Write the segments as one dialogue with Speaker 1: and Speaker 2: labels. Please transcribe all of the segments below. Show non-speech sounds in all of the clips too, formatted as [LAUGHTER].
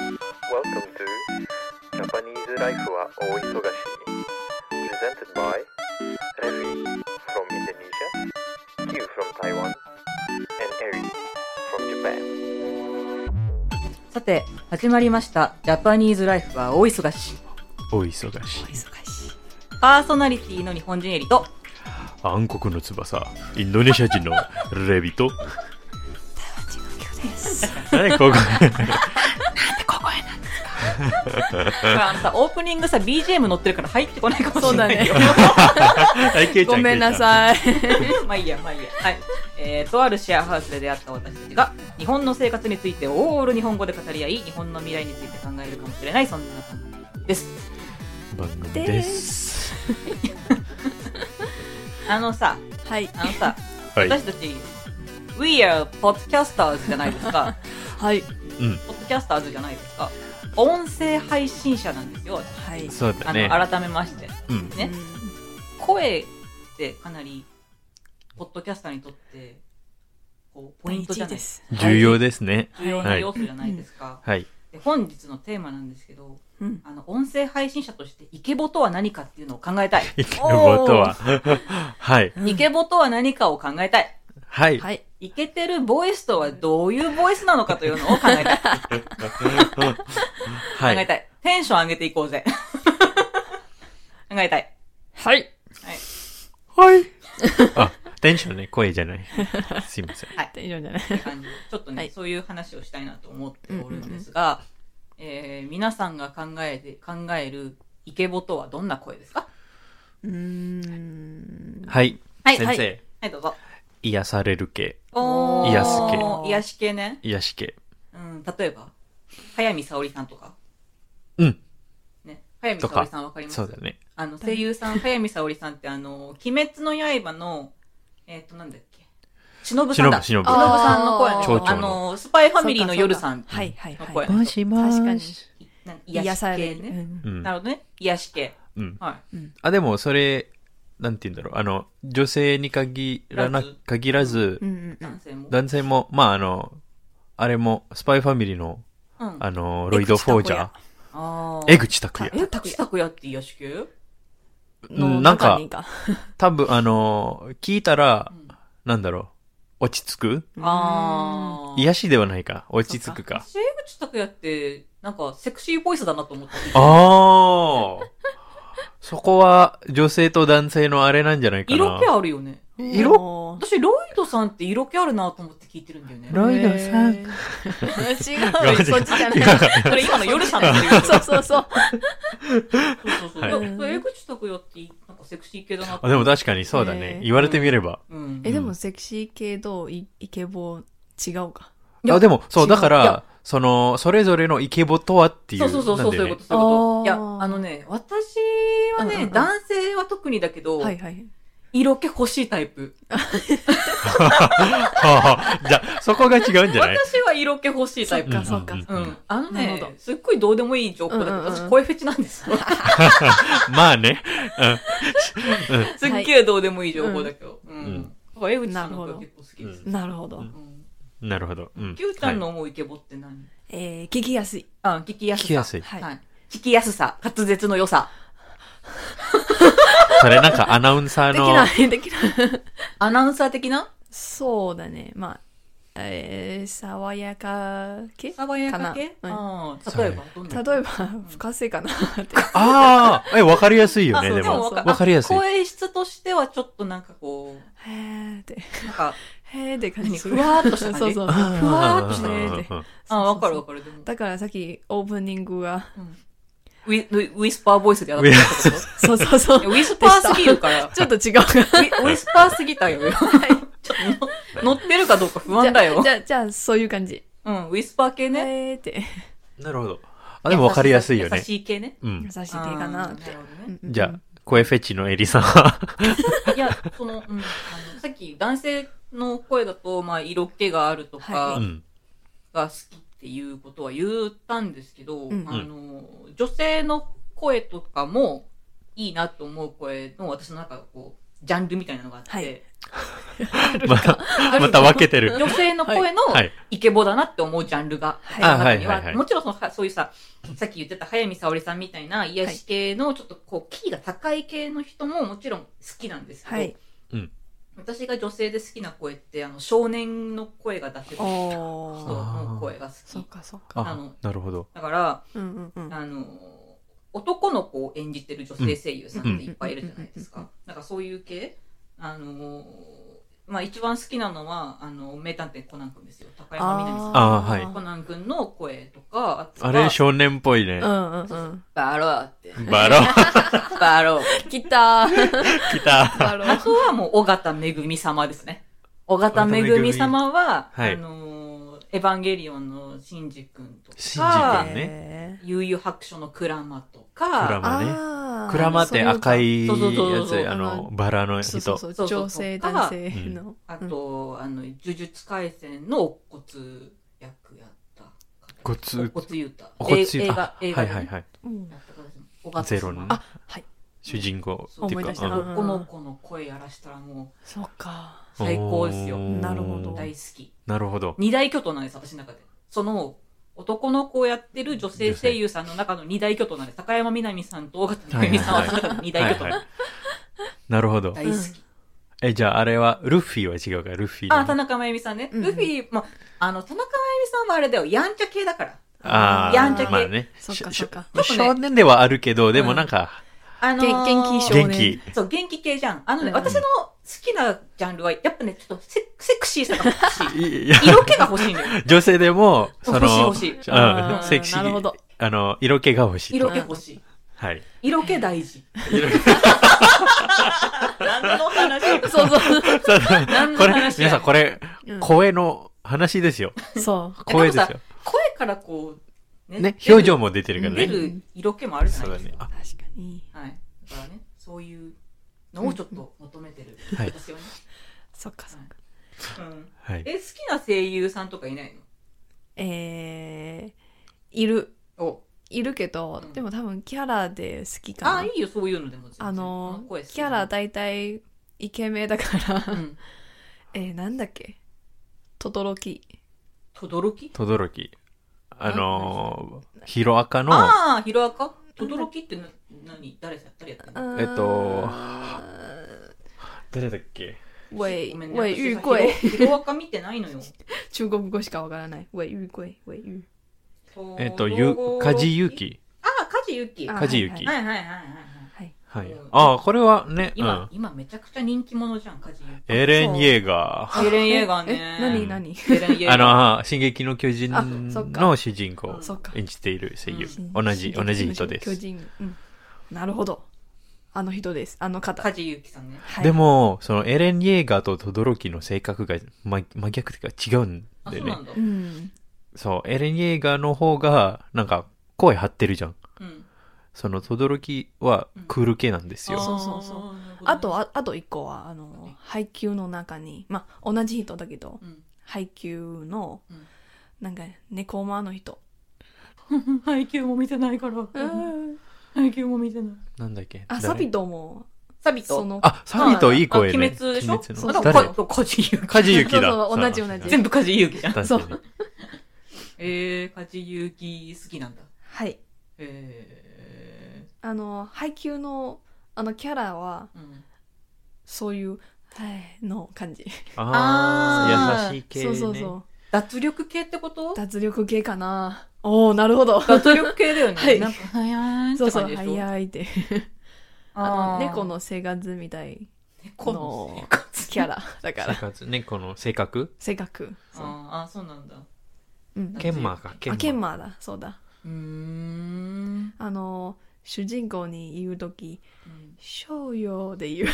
Speaker 1: Welcome to Japanese Life は大忙しに Presented by Revi from Indonesia, Q from Taiwan, and Eri from Japan
Speaker 2: さて、始まりました。ジャパニーズライフは大忙し。
Speaker 3: お忙しい
Speaker 4: 忙しい
Speaker 2: パーソナリティの日本人エリと、
Speaker 3: 暗黒の翼インドネシア人のレビと
Speaker 4: 台湾人の今日です
Speaker 3: 何ここ [LAUGHS]
Speaker 4: ここへな
Speaker 2: これあのさ、オープニングさ、BGM 乗ってるから入ってこないかもし
Speaker 4: [LAUGHS]
Speaker 2: れないよ。
Speaker 3: はいケイちゃ
Speaker 4: ごめんなさい
Speaker 2: [LAUGHS] まあいいや、まあいいや。はい。えー、とあるシェアハウスで出会った私たちが、日本の生活についてオール日本語で語り合い、日本の未来について考えるかもしれない、そんな番組です。
Speaker 3: ケイちゃん番組です
Speaker 2: あのさ、
Speaker 4: [LAUGHS] はい
Speaker 2: あのさ、
Speaker 3: はい
Speaker 2: 私たち、We are podcasters じゃないですか。
Speaker 3: [LAUGHS]
Speaker 4: はい
Speaker 3: うん
Speaker 2: ポッドキャスターズじゃないですか。音声配信者なんですよ。
Speaker 4: はい
Speaker 3: そうだ
Speaker 2: あの、
Speaker 3: ね
Speaker 2: 改めまして。
Speaker 3: うん
Speaker 2: ね。声ってかなり、ポッドキャスターにとって、こう、ポイントじゃない
Speaker 4: で
Speaker 2: です
Speaker 4: す
Speaker 3: 重要ですね
Speaker 2: 重要な要素じゃないですか。
Speaker 3: はい
Speaker 2: で本日のテーマなんですけど、
Speaker 4: うん
Speaker 2: あの、音声配信者として、イケボとは何かっていうのを考えたい。
Speaker 3: イケボとは [LAUGHS] はい
Speaker 4: うん
Speaker 2: イケボとは何かを考えたい。
Speaker 3: はい
Speaker 4: はい
Speaker 2: イケてるボイスとはどういうボイスなのかというのを考えたい。考
Speaker 3: は
Speaker 2: え
Speaker 3: い
Speaker 2: たい。テンション上げていこうぜ。 [LAUGHS] 考えたい。
Speaker 4: はい
Speaker 2: はい。
Speaker 3: はいあテンションね声じゃない [LAUGHS] すいません
Speaker 4: 以上じゃない
Speaker 2: って感じでちょっとね、
Speaker 4: はい
Speaker 2: そういう話をしたいなと思っておるんですが、えー皆さんが考えて、考えるイケボとはどんな声ですか
Speaker 4: うーん
Speaker 3: はい
Speaker 2: はい、
Speaker 3: 先
Speaker 2: はい、
Speaker 3: 生
Speaker 2: はい、どうぞ。
Speaker 3: 癒される系
Speaker 4: お
Speaker 3: ー癒す
Speaker 4: 系
Speaker 2: 癒し系ね。
Speaker 3: 癒し系
Speaker 2: うん、例えば、早見沙織さんとか。
Speaker 3: うん
Speaker 2: ね。早見沙織さんわかります
Speaker 3: そうだね
Speaker 2: あの、声優さん、早見沙織さんってあの、鬼滅の刃の、えっ、と、なんだっけ。忍
Speaker 3: し
Speaker 2: さん
Speaker 3: のぶ
Speaker 2: だ。
Speaker 3: しのぶ
Speaker 2: 忍さんの声ね
Speaker 4: あー
Speaker 3: 蝶々
Speaker 2: あ
Speaker 3: の
Speaker 2: の、スパイファミリーの夜さんの
Speaker 4: は
Speaker 2: 声
Speaker 4: い。はいはい
Speaker 2: なんか
Speaker 3: し
Speaker 4: 確かに
Speaker 2: 癒し系
Speaker 4: う
Speaker 2: ね。
Speaker 4: ん
Speaker 3: うん
Speaker 2: なるほどね。癒し系。
Speaker 3: うん
Speaker 2: はい。
Speaker 3: あ、でも、それ、なんて言うんだろう。あの、女性に限らな
Speaker 2: らず、
Speaker 3: 限らず
Speaker 4: う、んうん
Speaker 2: 男性も。
Speaker 3: 男性も、まあ、あの、あれも、スパイファミリーの、
Speaker 2: うん。
Speaker 3: あの、ロイド・フォージャー、
Speaker 2: あー
Speaker 3: 江。口拓也。
Speaker 2: え、拓拓也って癒し系
Speaker 3: うんな
Speaker 4: なんんか
Speaker 3: か、多分、あの、聞いたら、なんだろう、落ち着く
Speaker 2: ああ。
Speaker 3: 癒しではないか、落ち着くか。
Speaker 2: 私江口拓也って、なんか、セクシーボイスだなと思った。
Speaker 3: ああそこは、女性と男性のあれなんじゃないかな。
Speaker 2: 色気あるよね。
Speaker 4: 色
Speaker 2: 私、ロイドさんって色気あるなと思って聞いてるんだよね。
Speaker 3: ロイドさん
Speaker 4: 違うそっちじゃない
Speaker 2: それ今の夜さんの言うよ。
Speaker 4: [LAUGHS] そうそう
Speaker 2: そ
Speaker 4: そう
Speaker 2: うそうそう。
Speaker 3: はい
Speaker 2: なんか江口拓也って、なんかセクシー系だなと
Speaker 3: あでも確かにそうだね
Speaker 4: へ。ー
Speaker 3: 言われてみれば。
Speaker 2: うん。
Speaker 4: えでもセクシー系とイイケボ違うか
Speaker 3: いや、でも、そ
Speaker 4: 違
Speaker 3: う、
Speaker 4: う
Speaker 3: だか
Speaker 4: いや
Speaker 3: ら、その、それぞれのイケボとはっていう。
Speaker 2: そうそうそうそう、
Speaker 3: なんだ
Speaker 2: そ
Speaker 3: よ
Speaker 2: ういう
Speaker 3: ね
Speaker 2: こと、そういうこと。いや、
Speaker 4: あー
Speaker 2: あのね、私は
Speaker 4: うんうん
Speaker 2: ね
Speaker 4: う、ん
Speaker 2: 男性は特にだけど、
Speaker 4: はいはい
Speaker 2: 色気欲しいタイプ。
Speaker 3: は [LAUGHS] あじゃあ、そこが違うんじゃない
Speaker 2: 私は色気欲しいタイプ
Speaker 4: そっ。かそっか
Speaker 3: うんうん
Speaker 2: うん。あの
Speaker 4: な
Speaker 2: ね
Speaker 4: るほど、
Speaker 2: すっごいどうでもいい情報だけど、
Speaker 4: うんうんうん
Speaker 2: 私声フェチなん
Speaker 4: [LAUGHS]
Speaker 2: ですよ。
Speaker 3: まあね。
Speaker 2: すっげえどうでもいい情報だけど。う
Speaker 3: うんん。
Speaker 2: だから江口さんの声結構好きです。
Speaker 3: な
Speaker 4: なるほど、
Speaker 3: うん
Speaker 2: うん
Speaker 3: うんなるほど。うん。
Speaker 2: キューちゃんの思うイケボって何
Speaker 4: えー、聞きやすい
Speaker 2: あ、聞きや
Speaker 3: はい
Speaker 2: すさ。
Speaker 3: 聞きやすい。
Speaker 4: はい、
Speaker 2: はい。聞きやすさ、滑舌の良さ。
Speaker 3: それなんかアナウンサー
Speaker 4: でき
Speaker 3: の、
Speaker 4: ないできない
Speaker 2: アナウンサー的な
Speaker 4: そうだね。まあ、えー、爽やか系
Speaker 2: 爽やか系
Speaker 4: かな
Speaker 2: あー例えば、どん
Speaker 4: 例え
Speaker 2: な
Speaker 4: ば、不活性かなって。
Speaker 3: ああ、え、わかりやすいよね、
Speaker 2: あ
Speaker 3: で
Speaker 2: そう
Speaker 3: も。
Speaker 2: わ
Speaker 3: わかりやすい。
Speaker 2: 声質としてはちょっとなんかこ
Speaker 4: へーって、
Speaker 2: う、なん [LAUGHS] か、
Speaker 4: へーって感じする。
Speaker 2: ふわーっとした感じ
Speaker 4: そうそう。
Speaker 3: あー
Speaker 2: ふわーっと
Speaker 4: してねって
Speaker 3: うんうんうん
Speaker 2: あ、わかるわかる。でも、
Speaker 4: だからさっきオープニングが、
Speaker 2: ウィウィウィスパーボイスでやらなかったってこ
Speaker 4: そうそうそ
Speaker 3: [LAUGHS]
Speaker 4: う。
Speaker 2: とウィスパーすぎるから。
Speaker 4: ちょっと違うか
Speaker 2: ウィウィスパーすぎ [LAUGHS] たよ。ちょっと乗乗ってるかどうか不安だよ
Speaker 4: じ。ゃあ、じゃあ、そういう感じ。
Speaker 2: うん、ウィスパー系ね。
Speaker 4: へーって、
Speaker 3: なるほど。あ、でもわかりやすいよ
Speaker 2: 優
Speaker 3: ね。
Speaker 2: しい系ね。
Speaker 3: うん
Speaker 4: 優。しい系かなっ
Speaker 2: あー
Speaker 4: て。
Speaker 2: るほど
Speaker 4: う
Speaker 2: ね
Speaker 4: んうん
Speaker 3: じゃあ、声フェチのエリさんは。
Speaker 2: いや、その、うん、あの、さっき男性の声だと、まあ、色気があると
Speaker 4: は
Speaker 2: か
Speaker 3: う、ん。
Speaker 2: が好きっていうことは言ったんですけど、
Speaker 4: うん
Speaker 2: あの、女性の声とかも、いいなと思う声の、私の中、こう、ジャンルみたいなのがあって、
Speaker 4: はい
Speaker 3: ま [LAUGHS] また分けてる。
Speaker 2: 女性の声の
Speaker 3: はい。
Speaker 2: イケボだなって思うジャンルが、
Speaker 4: はい
Speaker 2: あ中に
Speaker 3: はいはいはい
Speaker 2: もちろんそのはそういうさ、さっき言ってた早見沙織さんみたいな癒し系のちょっとこう、キーが高い系の人ももちろん好きなんですけど、
Speaker 4: はい。
Speaker 2: 私が女性で好きな声って、あの、少年の声が出せる人
Speaker 4: おー。
Speaker 2: の声が
Speaker 4: そ
Speaker 2: 好
Speaker 4: っ
Speaker 2: き。
Speaker 4: かそっか。
Speaker 2: あ
Speaker 3: あ
Speaker 2: の、
Speaker 3: なるほど。
Speaker 2: だから、
Speaker 4: うんうんうん。
Speaker 2: あの、男の子を演じてる女性声優さんっていっぱいいるじゃないです
Speaker 4: うん
Speaker 2: か。なんかそういう系あの、まあ一番好きなのは、あの、名探偵コナン君ですよ。高山みなみさん。
Speaker 3: あーはい
Speaker 2: コナン君の声とか、あと
Speaker 3: あ
Speaker 2: は
Speaker 3: れ、少年っぽいね
Speaker 4: う。んうんうん。
Speaker 2: バローって。
Speaker 3: バロ、
Speaker 2: バロー。
Speaker 4: 来たー。
Speaker 2: [LAUGHS]
Speaker 3: 来た。
Speaker 4: バロ
Speaker 2: あとはもう、尾形めぐみ様ですね。尾形めぐみ様は、
Speaker 3: はい
Speaker 2: あのー、エヴァンゲリオンのシンジ君と
Speaker 3: シンジ君
Speaker 2: か、
Speaker 3: ね
Speaker 4: ね。
Speaker 2: 悠々白書のクラマと
Speaker 3: ク
Speaker 2: か
Speaker 3: ラ、マね。
Speaker 4: あー
Speaker 3: クラマって赤。い
Speaker 2: そ
Speaker 3: や
Speaker 2: うそうそうそう
Speaker 3: つ、あの、バラの
Speaker 4: そうそう
Speaker 3: 人。
Speaker 4: そ
Speaker 2: 人
Speaker 4: う女性、男性の。
Speaker 2: あと、あの、呪術廻戦の乙骨役やった方。
Speaker 3: ごつ、
Speaker 2: 乙骨優太。
Speaker 3: おこ
Speaker 2: え
Speaker 3: つゆ、
Speaker 2: 映
Speaker 3: あ
Speaker 2: 画、、
Speaker 3: はい
Speaker 2: 映画
Speaker 3: は
Speaker 2: でね
Speaker 3: いはい。
Speaker 4: うん
Speaker 2: やった方ですね尾形
Speaker 3: ゼロの
Speaker 2: 様
Speaker 3: ね
Speaker 4: あ、はい。
Speaker 3: 主人公
Speaker 2: そう
Speaker 3: ってい
Speaker 4: 思
Speaker 3: うか
Speaker 4: い出した
Speaker 3: うん
Speaker 4: な
Speaker 2: この子の声やらしたらもう、
Speaker 4: そっか。
Speaker 2: 最高ですよ
Speaker 3: おー
Speaker 4: なるほど
Speaker 2: 大好き。
Speaker 3: なるほど。
Speaker 2: 二大巨頭なんです、私の中で。その、男の子をやってる女性声優さんの中の二大巨頭なんです。高山みなみさんと大方めぐみさんはその中の二大巨頭。
Speaker 3: はいはいなるほど。
Speaker 2: 大好き。
Speaker 3: え、じゃああれは、ルフィは違うから、ルフィ。
Speaker 2: あ、田中真由美さんね。
Speaker 4: うん
Speaker 2: ルフィ、まあ、あの、田中真由美さんはあれだよ、やんちゃ系だから。
Speaker 3: あー
Speaker 2: やんちゃ系
Speaker 3: まあね。
Speaker 4: そっか
Speaker 3: し
Speaker 4: そっか
Speaker 3: しょ
Speaker 2: ちょっとね
Speaker 3: 少年ではあるけど、でもなんか、
Speaker 2: あのー
Speaker 4: 元元気少
Speaker 3: 元
Speaker 4: 年
Speaker 3: 気。
Speaker 2: そう、元気系じゃん。あのね、
Speaker 4: うん
Speaker 2: 私の好きなジャンルは、やっぱね、ちょっとセセクシーさが欲しい。
Speaker 3: [LAUGHS] いいや
Speaker 2: 色気が欲しいんだよ。
Speaker 3: 女性でも、その、
Speaker 2: 欲しい欲しい
Speaker 3: うん
Speaker 4: あー
Speaker 3: セクシ
Speaker 4: なるほ
Speaker 3: ー
Speaker 2: [LAUGHS]
Speaker 4: ど、
Speaker 3: あの、色気が欲しい
Speaker 2: 色
Speaker 3: と。
Speaker 2: 気欲しい。
Speaker 3: はい。
Speaker 2: 色気大事。
Speaker 3: 色気
Speaker 2: [LAUGHS] 何の話
Speaker 4: そうそ
Speaker 3: そ
Speaker 4: う。
Speaker 3: うそう
Speaker 2: 何の
Speaker 3: これ、
Speaker 2: 話
Speaker 3: 皆さんこれ、
Speaker 4: うん
Speaker 3: 声の話ですよ。
Speaker 4: そう。
Speaker 3: 声です
Speaker 2: で
Speaker 3: よ
Speaker 2: も。声からこう、
Speaker 3: ね、表情
Speaker 2: も
Speaker 3: も出てるから
Speaker 2: 出
Speaker 3: ね。
Speaker 2: る色気もあるじゃ
Speaker 3: そう
Speaker 2: な
Speaker 3: だ
Speaker 2: いです
Speaker 3: ね。
Speaker 2: か。
Speaker 3: あ、
Speaker 4: 確かに。
Speaker 2: はい。だからね、そういうのをちょっと求めてる。
Speaker 3: はい
Speaker 2: 私はね。
Speaker 4: そっかそっか。
Speaker 2: うん。
Speaker 3: はい。
Speaker 2: え、好きな声優さんとかいない
Speaker 4: えー、いる。
Speaker 2: のお。
Speaker 4: いるけど
Speaker 2: うん、
Speaker 4: でも多分キャラで好きかな。
Speaker 2: あ、いいよ、そういうのでも全然。
Speaker 4: あの
Speaker 2: 声好き
Speaker 4: キャラ大体イケメンだから、
Speaker 2: うん。
Speaker 4: [LAUGHS] えー、なんだっけトトロキ
Speaker 2: とどろき
Speaker 3: とどろき。あのー、ヒロアカの、
Speaker 2: ああ、ヒロアカとどろきってな何誰さ、誰やったの
Speaker 3: えっと誰だっけ
Speaker 4: ウェイ
Speaker 2: ご
Speaker 4: ウ
Speaker 2: めんね
Speaker 4: ェイ
Speaker 2: 私
Speaker 4: ユー
Speaker 2: さ
Speaker 4: コイ
Speaker 2: ヒロヒロアカ見てないのよ。
Speaker 4: 中国語しかわからないウェイユーコイウェイユ
Speaker 3: えっと、ゆ、カジユ。キ。
Speaker 2: ああ、カジユキ。
Speaker 4: ー
Speaker 2: はい
Speaker 3: カジユキ
Speaker 2: はいはいはいはい。
Speaker 3: はい
Speaker 2: うん。
Speaker 3: ああ、これはね、う
Speaker 2: 今
Speaker 3: ん、。
Speaker 2: 今めちゃくちゃ人気者じゃん、カジユキ。
Speaker 3: エレン・イェーガ
Speaker 2: エレン・イェーガーね
Speaker 4: え。何何
Speaker 2: エレン・イェ
Speaker 3: ー。
Speaker 2: ー
Speaker 3: あ
Speaker 2: ガー。
Speaker 3: の、進撃の巨人
Speaker 4: あそっか
Speaker 3: の主人公を
Speaker 4: そっか
Speaker 3: 演じている声優。
Speaker 4: うん
Speaker 3: 同じ、
Speaker 4: 進撃の
Speaker 3: 同じ人で
Speaker 4: 巨
Speaker 3: す。
Speaker 4: 人、うん、なるほどあの人ですあの方、
Speaker 2: カジユキさんね。
Speaker 4: はい
Speaker 3: でも、そのエレン・イェーガーとトドロキの性格が真真逆というか違うん
Speaker 2: あ、
Speaker 3: で
Speaker 2: そうな
Speaker 3: ね
Speaker 2: ん。だ
Speaker 4: う。ん
Speaker 3: そう、エレン・イェーガーの方が、なんか、声張ってるじゃん。
Speaker 2: うん。
Speaker 3: その、トドロキはクール系なんですよ。
Speaker 4: そうそうそう
Speaker 2: あー。なるほどね
Speaker 4: あと、ああと一個はあの配給の中にまあ同じ人だけど
Speaker 2: うん。
Speaker 4: 配給の、
Speaker 2: うん
Speaker 4: なんか猫馬の人、
Speaker 2: 配給も見てないから。配給も見てない。
Speaker 3: なんだっけ
Speaker 4: あ
Speaker 3: 誰
Speaker 4: サビトも
Speaker 2: サビ
Speaker 4: そ
Speaker 2: と。
Speaker 4: の
Speaker 3: あ、サビといい声
Speaker 2: あ
Speaker 3: ね。
Speaker 2: 鬼滅でしょ
Speaker 3: 鬼滅
Speaker 4: そう
Speaker 3: の
Speaker 2: あ
Speaker 4: そう
Speaker 3: 誰
Speaker 2: こカジユキ。
Speaker 3: カジユキだ。
Speaker 4: そうそう同じ同じ
Speaker 2: 全部カジユキじゃん。
Speaker 4: そ
Speaker 3: 確かに
Speaker 4: う。
Speaker 2: えー、カジユキ好きなんだ。
Speaker 4: はい
Speaker 2: え
Speaker 4: あの配給のあのキャラは
Speaker 2: ー、うん。
Speaker 4: そういうはいの感じ、
Speaker 3: あ
Speaker 2: あー
Speaker 3: あ、優しい系ね。
Speaker 4: そうそうそ
Speaker 2: 脱力系ってこと
Speaker 4: う脱力系かなおおなるほど
Speaker 2: 脱力系 [LAUGHS] だよね。
Speaker 4: はい
Speaker 2: なんか、早いって
Speaker 4: そうそ
Speaker 2: 感
Speaker 4: う
Speaker 2: じでしょ。
Speaker 4: 早いってあの猫。の生活みたい
Speaker 2: 猫の
Speaker 4: の
Speaker 2: 生活
Speaker 4: キャラだか
Speaker 3: 生
Speaker 4: ら
Speaker 3: 活、猫の性格
Speaker 4: 性格そう、
Speaker 2: あーあー、そうなんだ。
Speaker 4: うん、
Speaker 3: ケンマーか、ケン
Speaker 4: あ
Speaker 3: マ。
Speaker 4: ケンマーだそうだ
Speaker 2: うーん。
Speaker 4: あの主人公に言う時
Speaker 2: うん
Speaker 4: 「少よ」で言う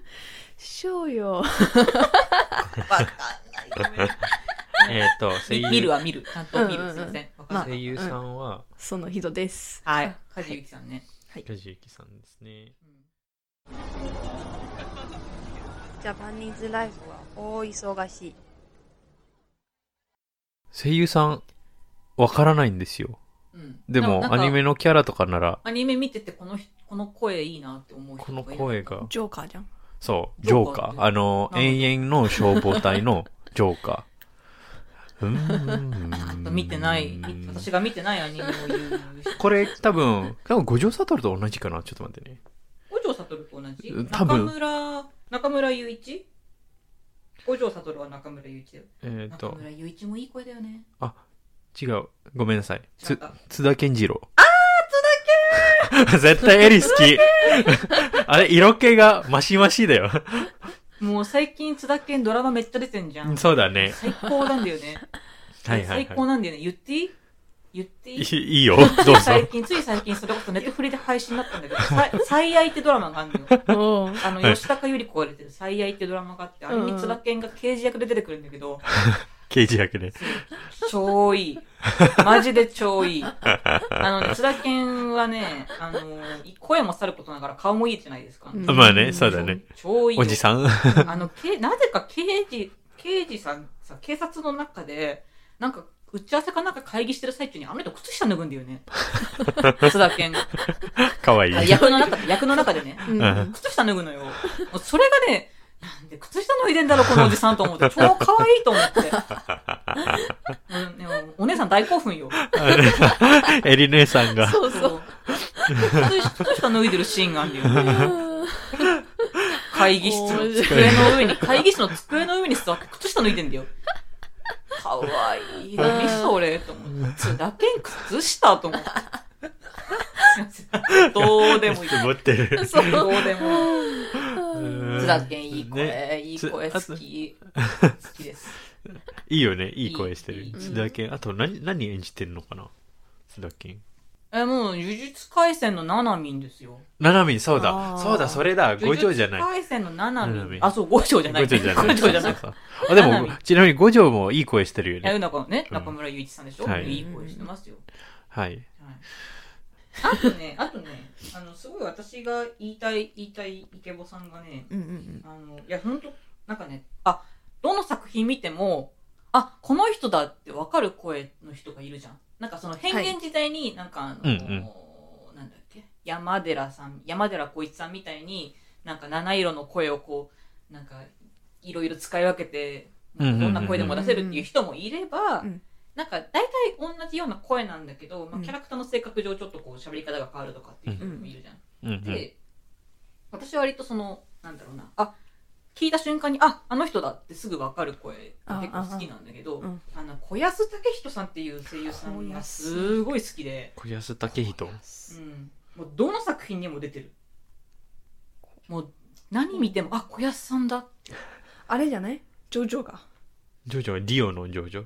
Speaker 4: 「少よ
Speaker 2: わかんないごめん。
Speaker 3: えっと、声
Speaker 2: [LAUGHS] み見る
Speaker 3: 優、
Speaker 2: は見る。ちゃんと見る。すいません。わかんない。
Speaker 3: 声優さんは、」
Speaker 4: その人です
Speaker 2: はい。梶裕貴さんね。
Speaker 3: 梶幸さんですね。
Speaker 5: ジャパニーズライフは大忙しい。
Speaker 3: 声優さん、わからないんですよ。
Speaker 2: うん
Speaker 3: で
Speaker 2: なん
Speaker 3: も、
Speaker 2: か
Speaker 3: アニメのキャラとかなら、
Speaker 2: アニメ見ててこの人この声いいなって思う人が
Speaker 3: この
Speaker 2: いる
Speaker 3: 声が、
Speaker 2: [LAUGHS]
Speaker 4: ジョーカーじゃん
Speaker 3: そう、ジ
Speaker 2: ジョ
Speaker 3: ョ
Speaker 2: ー
Speaker 3: ー
Speaker 2: カー
Speaker 3: カー。
Speaker 2: な
Speaker 3: あの、
Speaker 2: るほど
Speaker 3: 永遠の消防隊の
Speaker 2: [LAUGHS]
Speaker 3: ジョーカー。うー
Speaker 2: [LAUGHS]
Speaker 3: ん。
Speaker 2: 見てない、私が見てないアニメを言う人。
Speaker 3: これ多分、多分五条悟と同じかな。ちょっと待ってね。
Speaker 2: 五条悟と同じ
Speaker 3: 多分
Speaker 2: 中村、中村雄一五条悟は中村雄一だよ。
Speaker 3: えっ、
Speaker 2: 中
Speaker 3: と、
Speaker 2: 村雄一もいい声だよね。
Speaker 3: 違う。ごめんなさい。
Speaker 2: 違っ
Speaker 3: つ
Speaker 2: た、
Speaker 3: 津田健次郎。あー、津田健 [LAUGHS] 絶対エリ好き。 [LAUGHS] あれ、色気がマシマシだよ。 [LAUGHS]
Speaker 2: もう最近津田健ドラマめっちゃ出てんじゃ
Speaker 3: [LAUGHS]
Speaker 2: ん。
Speaker 3: そうだね。
Speaker 2: 最高なんだよね。
Speaker 3: はいはい
Speaker 2: 最高
Speaker 3: は
Speaker 2: なんだよね。言っていい言っていい
Speaker 3: い。いいいよ。どうぞ。
Speaker 2: 最近、つい最近、それこそネットフリで配信になったんだけど、
Speaker 3: [LAUGHS]
Speaker 2: さ最愛ってドラマがあるのよ。
Speaker 4: おー
Speaker 2: あの、
Speaker 3: はい
Speaker 2: 吉高由里子が出てる最愛ってドラマがあって、あれ
Speaker 4: うんう
Speaker 2: に
Speaker 4: ん
Speaker 2: 津田健が刑事役で出てくるんだけど、
Speaker 3: 刑事役で。
Speaker 2: 超いい。マジで超いい。あの、津田健はね、あの、声もさることながら顔もいいじゃないですか。
Speaker 4: うん
Speaker 3: まあね、そうだね。
Speaker 2: 超いいよ。
Speaker 3: おじさん [LAUGHS]
Speaker 2: あの、け、なぜか刑事、刑事さんさ、警察の中で、なんか、打ち合わせかなんか会議してる最中に、あの人靴下脱ぐんだよ
Speaker 3: [LAUGHS]
Speaker 2: ね。津田健。
Speaker 3: かわいい。
Speaker 2: あ役の中、役の中でね。
Speaker 4: うん
Speaker 3: うん
Speaker 2: 靴下脱ぐのよ。もうそれがね、なんで靴下脱いでんだろ、このおじさんと思って。超可愛いと思
Speaker 3: [LAUGHS]
Speaker 2: って。うん、でもお姉さん大興奮よ。
Speaker 3: [LAUGHS] エリ姉さんが。
Speaker 4: そうそう。
Speaker 2: 靴靴下脱いでるシーンがあるんだよ
Speaker 3: [LAUGHS]
Speaker 2: ね。会議室の
Speaker 4: 面白
Speaker 2: 机の上に、 [LAUGHS] 会議室の机の上に座って靴下脱いでんだよ。かわいい。何それと思って。津田健靴下と思
Speaker 3: [LAUGHS]
Speaker 2: って。どうでもいい。
Speaker 3: 持って
Speaker 2: [LAUGHS]
Speaker 3: る。
Speaker 2: そうどうでもいい。津田
Speaker 3: う
Speaker 2: 健いい
Speaker 3: ね
Speaker 2: 声、いい声好
Speaker 3: つ
Speaker 2: き。好きです。
Speaker 3: んいいよね、いい声してる
Speaker 2: いい。
Speaker 3: 津田健。あと何、何演じてんのかな津田健。
Speaker 2: え、もう、呪術廻戦のナナミンですよ。
Speaker 3: ななみん、そうだ。
Speaker 4: あー
Speaker 3: そうだ、それだ。五条じゃない。
Speaker 2: 呪術廻戦のナナミ
Speaker 3: ナナミ
Speaker 2: ン。
Speaker 3: ン
Speaker 2: あ、そう、五条じゃない。
Speaker 3: 五条じゃない。
Speaker 2: 五条じゃない。
Speaker 3: そうそうそうあ、で
Speaker 2: なな
Speaker 3: も
Speaker 2: み、
Speaker 3: ちなみに五条もいい声してるよ
Speaker 2: いや、
Speaker 3: ね。
Speaker 2: なんかね、
Speaker 3: うん
Speaker 2: 中村雄一さんでしょ、
Speaker 3: はい
Speaker 2: い、い声してますよ。
Speaker 3: はい。
Speaker 2: はい、あとね、あとね、あの、すごい私が言いたい、言いたいイケボさんがね、
Speaker 4: うんうん
Speaker 2: あの、いや、ほんと、なんかね、あ、どの作品見ても、あ、この人だってわかる声の人がいるじゃん。なんかその変幻自在に、なんかあの、
Speaker 3: うんうん
Speaker 2: なんだっけ、山寺さん、山寺浩一さんみたいに、なんか七色の声をこう、なんか、いろいろ使い分けて、ど
Speaker 3: うんうんうんうん
Speaker 2: んな声でも出せるっていう人もいれば、
Speaker 4: うん
Speaker 2: なんか大体同じような声なんだけど、ま
Speaker 4: う
Speaker 2: あ、
Speaker 4: ん
Speaker 2: キャラクターの性格上ちょっとこう喋り方が変わるとかっていう人もいるじゃん。
Speaker 3: うんうん。
Speaker 2: で、私は割とその、なんだろうな、あ、聞いた瞬間に、あ、あの人だってすぐわかる声が結構好きなんだけど、
Speaker 4: うん
Speaker 2: あの、小安武人さんっていう声優さんがすごい好きで、
Speaker 3: 小安武人。
Speaker 2: うん。もうどの作品にも出てる。もう何見ても、あ、小安さんだ。
Speaker 4: あれじゃないジョジョが。
Speaker 3: ジョジョはリオのジョジョ。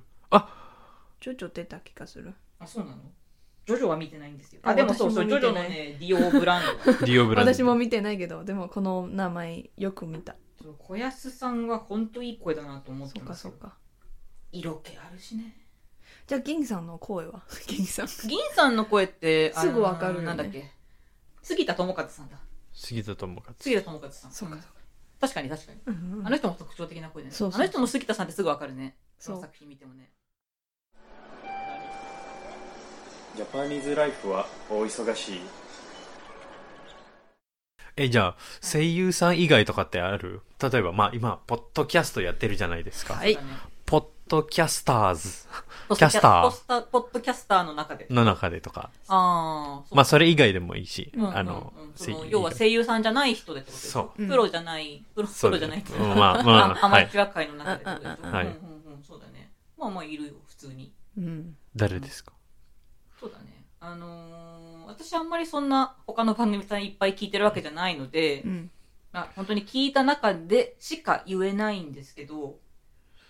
Speaker 4: ジョジョ出た気がする。
Speaker 2: あ、そうなのジョジョは見てないんですよ。
Speaker 4: あ
Speaker 2: あ、でもそうそう、
Speaker 4: 私
Speaker 2: ジョジ
Speaker 4: も見
Speaker 2: ョ
Speaker 4: て
Speaker 2: の
Speaker 4: ない
Speaker 2: ね、ディオブラン [LAUGHS] ドが。
Speaker 3: リオブランド。
Speaker 4: 私も見てないけど、でもこの名前よく見た。
Speaker 2: そう小安さんは本当いい声だなと思って
Speaker 4: そう
Speaker 2: ま
Speaker 4: か
Speaker 2: す
Speaker 4: そうか。
Speaker 2: 色気あるしね。
Speaker 4: じゃあ、銀さんの声は [LAUGHS] 銀さん。
Speaker 2: 銀さんの声って、あのー
Speaker 4: すぐわかるよね
Speaker 2: なんだっけ。杉田智和さんだ。
Speaker 3: 杉田智和。
Speaker 2: 杉田智和さん。
Speaker 4: そうか
Speaker 2: ん確かに確かに。
Speaker 4: うんうん
Speaker 2: あの人も特徴的な声だね。
Speaker 4: そうそう
Speaker 2: あの人も杉田さんってすぐわかるね。
Speaker 4: そ
Speaker 2: そうの作品見てもね。
Speaker 1: ジャパニーズライフは大忙しい。
Speaker 3: え、じゃあ、声優さん以外とかってある例えば、まあ今、ポッドキャストやってるじゃないですか。
Speaker 4: はい
Speaker 2: そうだね
Speaker 3: ポッドキャスターズ
Speaker 2: ポ
Speaker 3: キャスター
Speaker 2: ポスタポッドキャスターの中で。
Speaker 3: の中でとか。
Speaker 2: ああ、そう
Speaker 3: まあそれ以外でもいいし、
Speaker 2: うんうんうん
Speaker 3: あの
Speaker 2: うん、そ
Speaker 3: 声優
Speaker 2: の
Speaker 3: 以
Speaker 2: 要は
Speaker 3: 外。
Speaker 2: 声優さんじゃない人でってことでしょ
Speaker 3: そう
Speaker 4: うん
Speaker 2: プロじゃない、プロプ
Speaker 3: そう
Speaker 2: ロじ
Speaker 3: だ
Speaker 2: ゃない
Speaker 3: ね
Speaker 2: っていううんか
Speaker 3: まあまあ、
Speaker 2: [LAUGHS] ア
Speaker 3: は
Speaker 2: マ
Speaker 3: い。
Speaker 2: チュア界の中でってことでしょ
Speaker 4: う
Speaker 3: う
Speaker 4: ん
Speaker 3: んうんう
Speaker 2: うん
Speaker 3: ん
Speaker 2: うんうんそうだね。まあまあいるよ、普通に。
Speaker 4: うん。
Speaker 3: 誰ですか
Speaker 2: そうだね。あのー私あんまりそんな他の番組さんいっぱい聞いてるわけじゃないので、
Speaker 4: うん。
Speaker 2: まあ、本当に聞いた中でしか言えないんですけど、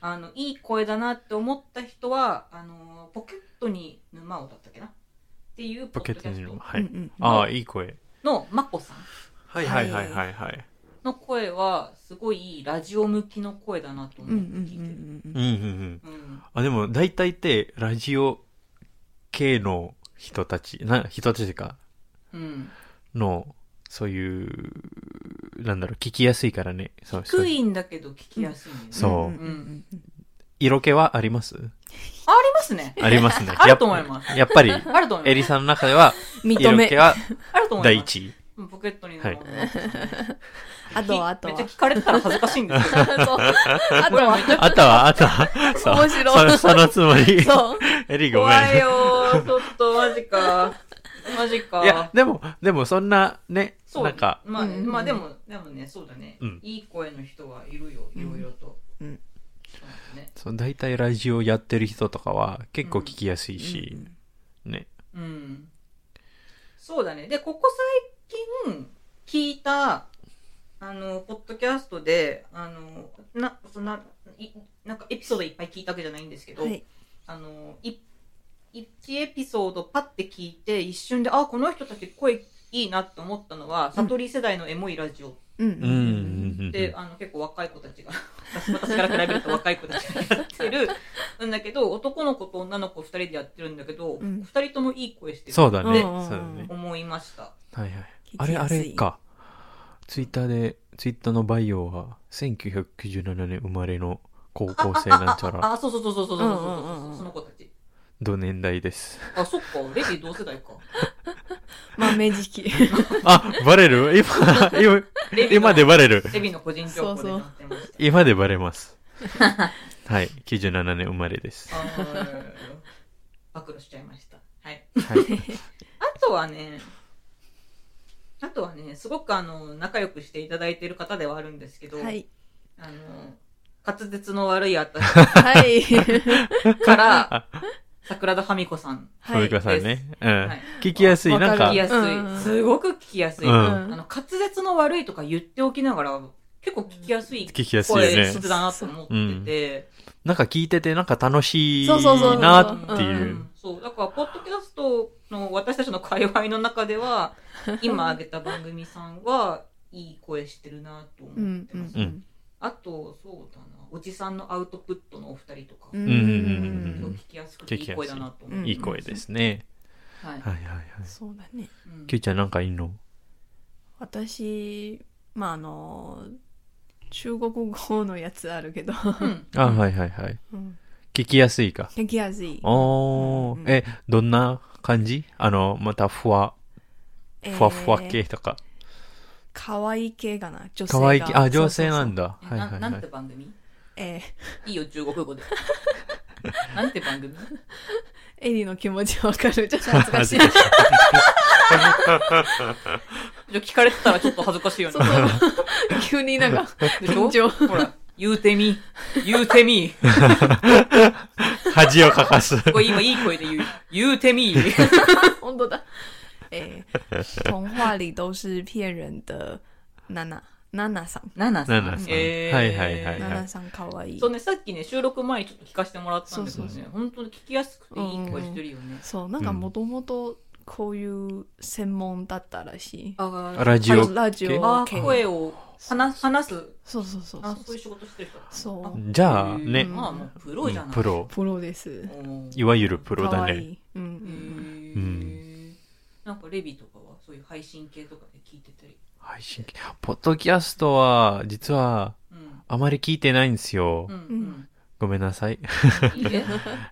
Speaker 2: あの、いい声だなって思った人は、あのーポケットに沼をだったっけなっていうポ
Speaker 3: ポケ
Speaker 2: ッ
Speaker 3: ッ
Speaker 2: ド
Speaker 3: ト
Speaker 2: キャ
Speaker 3: にい
Speaker 2: ス
Speaker 3: るの
Speaker 2: ト
Speaker 3: はい。
Speaker 4: うんうん
Speaker 3: ああ、いい声。
Speaker 2: のまこさん
Speaker 3: はいはいはいはいはい。
Speaker 2: の声は、すごいラジオ向きの声だなと思
Speaker 4: うんう
Speaker 2: っ
Speaker 4: ん
Speaker 2: て聞いてる。
Speaker 4: う
Speaker 3: う
Speaker 4: んう
Speaker 3: んう
Speaker 4: ん
Speaker 3: んうん。
Speaker 2: うん
Speaker 3: あ、でも大体って、ラジオ系の人たち、な、人たちか、
Speaker 2: うん、
Speaker 3: の、そういう、なんだろう、聞きやすいからね。そうそう
Speaker 2: 低いんだけど聞きやすいんだよね。
Speaker 3: そう
Speaker 4: うんうんうん
Speaker 3: 色気はあります
Speaker 2: [LAUGHS] ありますね。。
Speaker 3: ありますね
Speaker 2: あると思います
Speaker 3: やっやっぱり、
Speaker 2: あると思い [LAUGHS] ます。
Speaker 3: エリさんの中では、
Speaker 4: 認
Speaker 3: 色
Speaker 2: [LAUGHS]
Speaker 3: 気
Speaker 4: め。
Speaker 3: は
Speaker 2: あると思います。
Speaker 3: 第一位。
Speaker 2: ポケットにの、
Speaker 3: はい
Speaker 4: あとは、あと
Speaker 2: めっち
Speaker 4: は
Speaker 2: ゃ。聞かれてたら恥ずかしいんですけど。
Speaker 4: そう。あとは、
Speaker 3: あったわ、あったわ。そう
Speaker 4: 面白い
Speaker 3: そそのつもり。
Speaker 4: そう。
Speaker 3: [LAUGHS] エリごめん。
Speaker 2: 怖いよーちょっとマジか。マジか。
Speaker 3: いや、でも、でもそんな、ね、
Speaker 2: そう
Speaker 3: なんか、
Speaker 2: まあ、
Speaker 4: うんうんうん
Speaker 2: まあでも、でもね、そうだね、
Speaker 3: うん
Speaker 2: いい声の人はいるよ、いろいろと。
Speaker 4: うんうん
Speaker 2: そうだね
Speaker 3: そう大体ラジオやってる人とかは結構聞きやすいし、ね。
Speaker 2: うん。そうだね。で、ここ最近聞いた、あの、ポッドキャストで、あの、な、そんな、いなんかエピソードいっぱい聞いたわけじゃないんですけど、
Speaker 4: はい。
Speaker 2: あの、い、一エピソードパッて聞いて、一瞬で、あ、この人たち声いいなと思ったのは、悟り世代のエモいラジオ
Speaker 4: うん。
Speaker 3: うん
Speaker 4: う
Speaker 3: うん
Speaker 4: ん。
Speaker 3: うんうん。
Speaker 2: で、あの結構若い子たちが私私から比べると若い子たちがやって
Speaker 3: [LAUGHS]
Speaker 2: るんだけど男の子と女の子2人でやってるんだけど、
Speaker 4: う
Speaker 2: 二
Speaker 4: ん
Speaker 2: 2人ともいい声してる
Speaker 3: そうだね。
Speaker 4: う
Speaker 3: そ
Speaker 4: んうんうん
Speaker 3: うだね。
Speaker 2: 思いました
Speaker 3: はいはい。あ
Speaker 4: 聞き
Speaker 3: れあ
Speaker 4: やす
Speaker 3: れ
Speaker 4: い
Speaker 3: か。ツイッターで、ツイッターのバイオは、1997年生まれの高校生なんち
Speaker 2: あ
Speaker 3: ゃ
Speaker 2: あ
Speaker 4: [LAUGHS]
Speaker 3: ら、
Speaker 2: あそうそうそうそうそうそうそうそう,、
Speaker 4: うんうんうんうん
Speaker 2: その子たち
Speaker 3: 同年代です。 [LAUGHS]
Speaker 2: あそっかレディ同世代か
Speaker 4: 豆時期。
Speaker 3: あ、バレる今、今、
Speaker 2: レディの
Speaker 3: [LAUGHS] 今でバレる。
Speaker 2: レディの個人情報でなってました
Speaker 3: 今でバレ
Speaker 4: [LAUGHS]
Speaker 3: ます。はい。97年生まれです。
Speaker 2: あー暴露しちゃいましたはい
Speaker 3: はい。
Speaker 2: [LAUGHS] あとはね、あとはね、すごくあの、仲良くしていただいている方ではあるんですけど、
Speaker 4: はい。
Speaker 2: あの、滑舌の悪い私
Speaker 4: はい。
Speaker 3: [LAUGHS]
Speaker 2: から、桜田み子さん。
Speaker 3: ごめんくださいね。うん
Speaker 2: はい。
Speaker 3: 聞きやすい。な
Speaker 2: 聞
Speaker 3: ん
Speaker 4: わ
Speaker 3: か
Speaker 2: き、やす
Speaker 4: うんうん
Speaker 2: い。すごく聞きやすい。
Speaker 3: うん
Speaker 2: あの、滑舌の悪いとか言っておきながら、結構聞きやすい
Speaker 3: 聞きやすいよ
Speaker 2: 声
Speaker 3: ね
Speaker 2: 質。だなと思ってて。
Speaker 3: なんか聞いてて、なんか楽しい
Speaker 4: そうそうそう
Speaker 3: な
Speaker 4: うん
Speaker 3: ってい
Speaker 2: ん
Speaker 3: う。
Speaker 2: そう。だから、ポッドキャストの私たちの界隈の中で
Speaker 4: [LAUGHS]
Speaker 2: は、今挙げた番組さんは、いい声してるなと思
Speaker 4: う
Speaker 2: っ
Speaker 4: ん
Speaker 2: て
Speaker 4: う
Speaker 2: ます。
Speaker 4: ん
Speaker 2: あと、そうだな。おじさんのアウトプットのお二人とか、
Speaker 4: う
Speaker 3: う
Speaker 4: ん。
Speaker 3: んうんうん
Speaker 2: 聞きやすくていい声だなと思
Speaker 4: うん
Speaker 3: いい声ですね。
Speaker 2: う。はい。
Speaker 3: はいはいはい。
Speaker 4: そうだね。
Speaker 2: うん
Speaker 3: キューちゃんなんかいいの
Speaker 4: 私、まあ、あの、中国語のやつあるけ
Speaker 3: [LAUGHS]
Speaker 4: ど、
Speaker 2: うん
Speaker 3: あ、はいはいはい。
Speaker 4: うん
Speaker 3: 聞きやすいか。
Speaker 4: 聞きやすい。
Speaker 3: お
Speaker 4: うん
Speaker 3: ー。え、どんな感じあの、またふわ、
Speaker 4: えー
Speaker 3: ふわふわ系。とか。
Speaker 4: 可愛い系かな。女性が。
Speaker 3: 可愛い系。あ、女性なん
Speaker 4: だ。
Speaker 2: え
Speaker 3: だ。はいは
Speaker 2: ないな
Speaker 3: は
Speaker 2: ん
Speaker 3: い
Speaker 2: て。番組
Speaker 4: えー
Speaker 2: いいよ、中国語で。なんて番組
Speaker 4: エリの気持ちわかる。ちょっと恥ずかしい。
Speaker 3: 恥ずか
Speaker 2: じゃあ聞かれてたらちょっと恥ずかしいよね
Speaker 4: そう。そう。急
Speaker 3: [LAUGHS]
Speaker 4: になんか、
Speaker 2: でしょ
Speaker 4: 緊張
Speaker 2: ほら、言うてみ。言うてみ。
Speaker 3: 恥をかかす。
Speaker 2: これ今いい声で言う。言うてみ。
Speaker 4: 温度だ。えー、童話里都是骗人的ナナ。ナナさん。
Speaker 2: ナナさ
Speaker 3: ナ
Speaker 2: ん。
Speaker 3: ナさん。
Speaker 2: えー
Speaker 3: はいはいはい
Speaker 4: ナ
Speaker 3: はい
Speaker 4: ナ。さん可愛い
Speaker 2: そうね、さっきね、収録前にちょっと聞かせてもらったんだけど
Speaker 4: そうそう
Speaker 2: ね、本当に聞きやすくていい声してるよね。
Speaker 4: そう、なんかもともとこういう専門だったらしい。
Speaker 2: あ
Speaker 3: ラジオ。
Speaker 4: ラジオ
Speaker 2: あ
Speaker 4: 系
Speaker 2: ー、声を話話す、
Speaker 4: そうそうそう
Speaker 2: あ
Speaker 4: そ
Speaker 2: そう
Speaker 4: う
Speaker 2: いう。仕事してる人。
Speaker 4: そ
Speaker 2: あ
Speaker 4: う
Speaker 3: じゃあ
Speaker 2: へー
Speaker 3: ね
Speaker 2: まあもうプロ
Speaker 3: う
Speaker 2: じゃなんい。
Speaker 3: プ。ロ。
Speaker 4: プロです。
Speaker 3: いわゆるプ
Speaker 2: ロ。
Speaker 3: ロだ
Speaker 4: 可愛
Speaker 3: ね。
Speaker 4: い。うんう
Speaker 2: へ
Speaker 4: ん。
Speaker 2: ー
Speaker 3: うん
Speaker 2: なんかレビとかはそういう配信系とかで聞いてたり。
Speaker 3: 配信機ポッドキャストは、実は、
Speaker 2: うん。
Speaker 3: あまり聞いてないんですよ。
Speaker 2: うん
Speaker 3: ごめんなさい。
Speaker 2: うん。いいね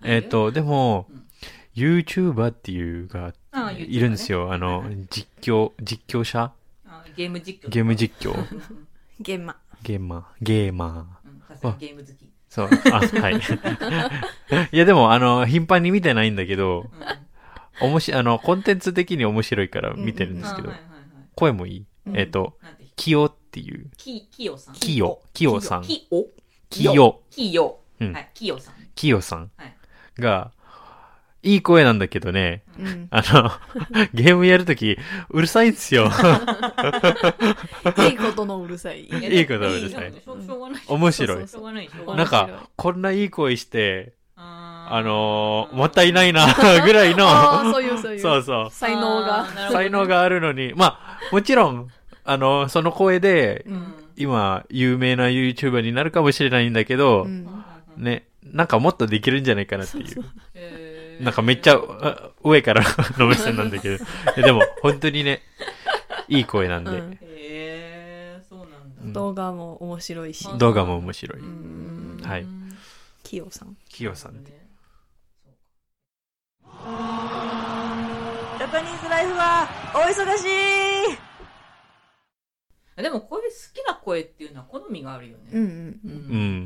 Speaker 3: えっ、。と、でも、
Speaker 2: うん
Speaker 3: YouTuber っていうが
Speaker 2: ああ YouTuber ね
Speaker 3: いるんですよ。あの、実況、実況者
Speaker 2: あゲーム実況とか。
Speaker 3: ゲーム実況。
Speaker 2: うんうん
Speaker 4: ゲンマ。
Speaker 3: ゲーマー。ゲーマ
Speaker 2: う
Speaker 3: ー。
Speaker 2: ん。さすがゲーム好き。
Speaker 3: そう、 [LAUGHS] あ、はい。いや、でも、あの、頻繁に見てないんだけど、
Speaker 2: うん。あ
Speaker 3: おもし、あの、コンテンツ的に面白いから見てるん
Speaker 2: ー
Speaker 3: で
Speaker 2: は
Speaker 3: す
Speaker 2: い
Speaker 3: けど
Speaker 2: はい、はい。
Speaker 3: 声もいい。
Speaker 4: うん
Speaker 3: えっと、
Speaker 2: なんて人
Speaker 3: キヨっていう、
Speaker 2: き、きよさん。
Speaker 3: キヨ、キヨさん、
Speaker 2: きよ。
Speaker 3: キヨ、
Speaker 2: きよ。
Speaker 3: うん
Speaker 2: はい。きよさん。
Speaker 3: キヨさん
Speaker 2: はい
Speaker 3: が、いい声なんだけどね、
Speaker 4: うん。
Speaker 3: あの、ゲームやるとき、うるさいんですよ。
Speaker 4: いいことのうるさい。
Speaker 3: やいいことはうるさい
Speaker 2: やでもしょうしょうがない。
Speaker 3: 面白い。
Speaker 2: しょうがない、しょうがない。
Speaker 3: なん
Speaker 4: 面白い
Speaker 3: か、こんないい声して、
Speaker 2: あー
Speaker 3: あのーもったいないな、 [LAUGHS] ぐらい
Speaker 4: ああ、
Speaker 3: の、
Speaker 4: そういうそういう。
Speaker 3: そうそう、
Speaker 4: 才能
Speaker 2: あ
Speaker 4: が
Speaker 2: ー。なるほどね
Speaker 3: 才能があるのに、まあ、もちろん、あの、その声で
Speaker 4: う、ん。
Speaker 3: 今、有名な YouTuber になるかもしれないんだけど
Speaker 4: う、
Speaker 2: うん
Speaker 4: ん。
Speaker 2: うん
Speaker 3: ね、なんかもっとできるんじゃないかなっていう。
Speaker 2: えー
Speaker 3: なんかめっちゃあ上から [LAUGHS] の目線なんだ
Speaker 4: [LAUGHS]
Speaker 3: けど。いやでも、本当にね、いい声なんで、
Speaker 4: うん
Speaker 2: へえそうなんだ。
Speaker 4: 動画も面白いし。
Speaker 2: うん
Speaker 3: 動画も面白い。
Speaker 4: ん
Speaker 3: はい
Speaker 4: キヨさん。
Speaker 3: キヨさんって。
Speaker 5: ジャパニーズライフは大忙しい
Speaker 2: でも声好きな声っていうのは好みがあるよ
Speaker 4: う
Speaker 2: ね。う。
Speaker 4: んうん。
Speaker 3: うん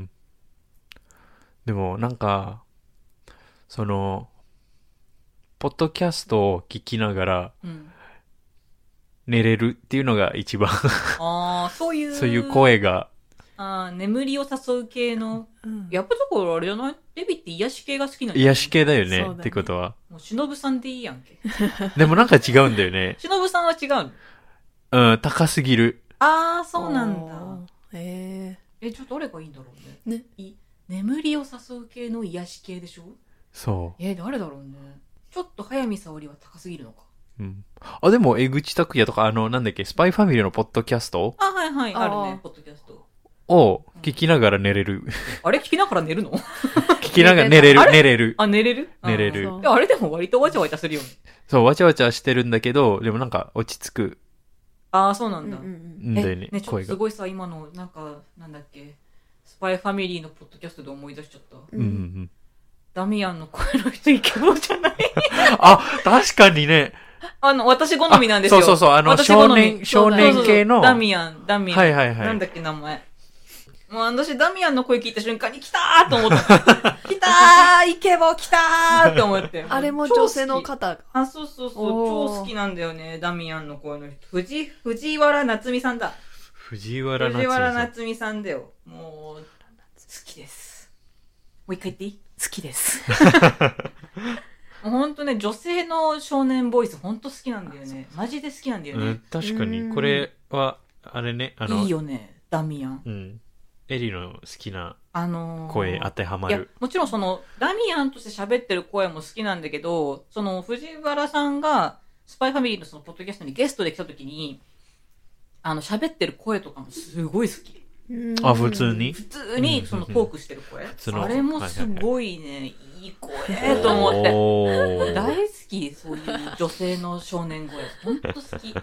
Speaker 3: ん。でも、なんか、その、ポッドキャストを聞きながら
Speaker 2: うん、
Speaker 3: 寝れるっていうのが一番、
Speaker 2: ああ、そういう。
Speaker 3: [LAUGHS] そういう。声が、
Speaker 2: ああ、眠りを誘う系の。
Speaker 4: うん
Speaker 2: やっぱだからあれじゃないデビって癒し系が好きなんじゃない
Speaker 3: 癒し。系だよね、
Speaker 4: そうだね
Speaker 3: ってことは。
Speaker 2: もう忍さんでいいやんけ。
Speaker 3: でもなんか違うんだよね。
Speaker 2: 忍さんは違うの。
Speaker 3: うん、高すぎる。
Speaker 2: ああ、そうなんだ。。
Speaker 4: え
Speaker 2: え、ちょっとどれがいいんだろうね。
Speaker 4: ね
Speaker 2: い眠りを誘う系の癒し系でしょ
Speaker 3: そ
Speaker 2: え、誰だろうね。ちょっと早見沙織は高すぎるのか。
Speaker 3: う。うん。あ、でも、江口拓也とか、あの、なんだっけ、スパイファミリーのポッドキャスト
Speaker 2: あ、はいはい、ある
Speaker 4: あ
Speaker 2: ね
Speaker 4: ー、
Speaker 2: ポッドキャスト。
Speaker 3: を聞きながら寝れる。
Speaker 2: あれ聞きながら寝るの
Speaker 3: 聞きながら寝れ
Speaker 2: あ
Speaker 3: る、
Speaker 2: れ
Speaker 3: 寝れる。
Speaker 2: [LAUGHS] あ、寝れる
Speaker 3: 寝れ
Speaker 4: ー
Speaker 2: あ
Speaker 3: る
Speaker 4: そ
Speaker 2: ーいやあれでも割とわちゃわちゃするよね。
Speaker 3: そう、わちゃわちゃしてるんだけど、でもなんか落ち着く
Speaker 2: ああ、そうな
Speaker 4: うんんう
Speaker 2: だ。
Speaker 4: ん
Speaker 3: んだよね
Speaker 2: え、ね、ちょっ
Speaker 3: 声
Speaker 2: とす
Speaker 3: が。
Speaker 2: ごいさ、今の、なんか、なんだっけ、スパイファミリーのポッドキャストで思い出しちゃった。
Speaker 4: う。
Speaker 3: うんうんうんん。
Speaker 2: ダミアンの声の人イケボじゃない
Speaker 3: あ、確かにね。
Speaker 2: [LAUGHS] あの、私好みなんですよ。
Speaker 3: あそうそうそう、あの、
Speaker 2: 私好み
Speaker 3: 少年、
Speaker 4: そ
Speaker 3: 少
Speaker 4: うだよ
Speaker 3: 年系の。
Speaker 2: ダミアン、ダミアン。
Speaker 3: はいはいはい
Speaker 2: なんだっけ、名前。もう私、ダミアンの声聞いた瞬間に、来たーと思った。来たーイケボ来たーと思
Speaker 3: [LAUGHS]
Speaker 2: って。
Speaker 4: あれも
Speaker 2: 超好
Speaker 4: 女
Speaker 2: き
Speaker 4: 性の方が。
Speaker 2: あ、そうそうそう、
Speaker 4: おー
Speaker 2: 超好きなんだよね、ダミアンの声の人。藤、藤原夏美さんだ。
Speaker 3: 藤原
Speaker 2: 藤
Speaker 3: 夏
Speaker 2: 原
Speaker 3: 美さん。
Speaker 2: 夏美さんだよ。もう、好きです。もう一回言っていい好きです。
Speaker 3: [LAUGHS]
Speaker 2: もうほんとね、女性の少年ボイス、ほんと好きなんだよね。マジで好きなんだよ
Speaker 3: う
Speaker 2: ね
Speaker 3: ん。、確か
Speaker 4: う
Speaker 3: に。
Speaker 4: ん
Speaker 3: これは、あれね、あの
Speaker 2: いい、よね、ダミアン。
Speaker 3: うん。エリの好きな
Speaker 2: あのー、
Speaker 3: 声当てはま
Speaker 2: いや
Speaker 3: る。、
Speaker 2: もちろんその、ダミアンとして喋ってる声も好きなんだけど、その、藤原さんが、スパイファミリーのその、ポッドキャストにゲストで来た時に、あの、喋ってる声とかもすごい好き。
Speaker 4: うん
Speaker 3: あ、普通。に
Speaker 2: 普通に、その、トークしてる声。
Speaker 3: 通の
Speaker 2: あれもすごいね、いい声と思って。
Speaker 3: おー
Speaker 2: 大好き、そういう女性の少年声。ほんと好き。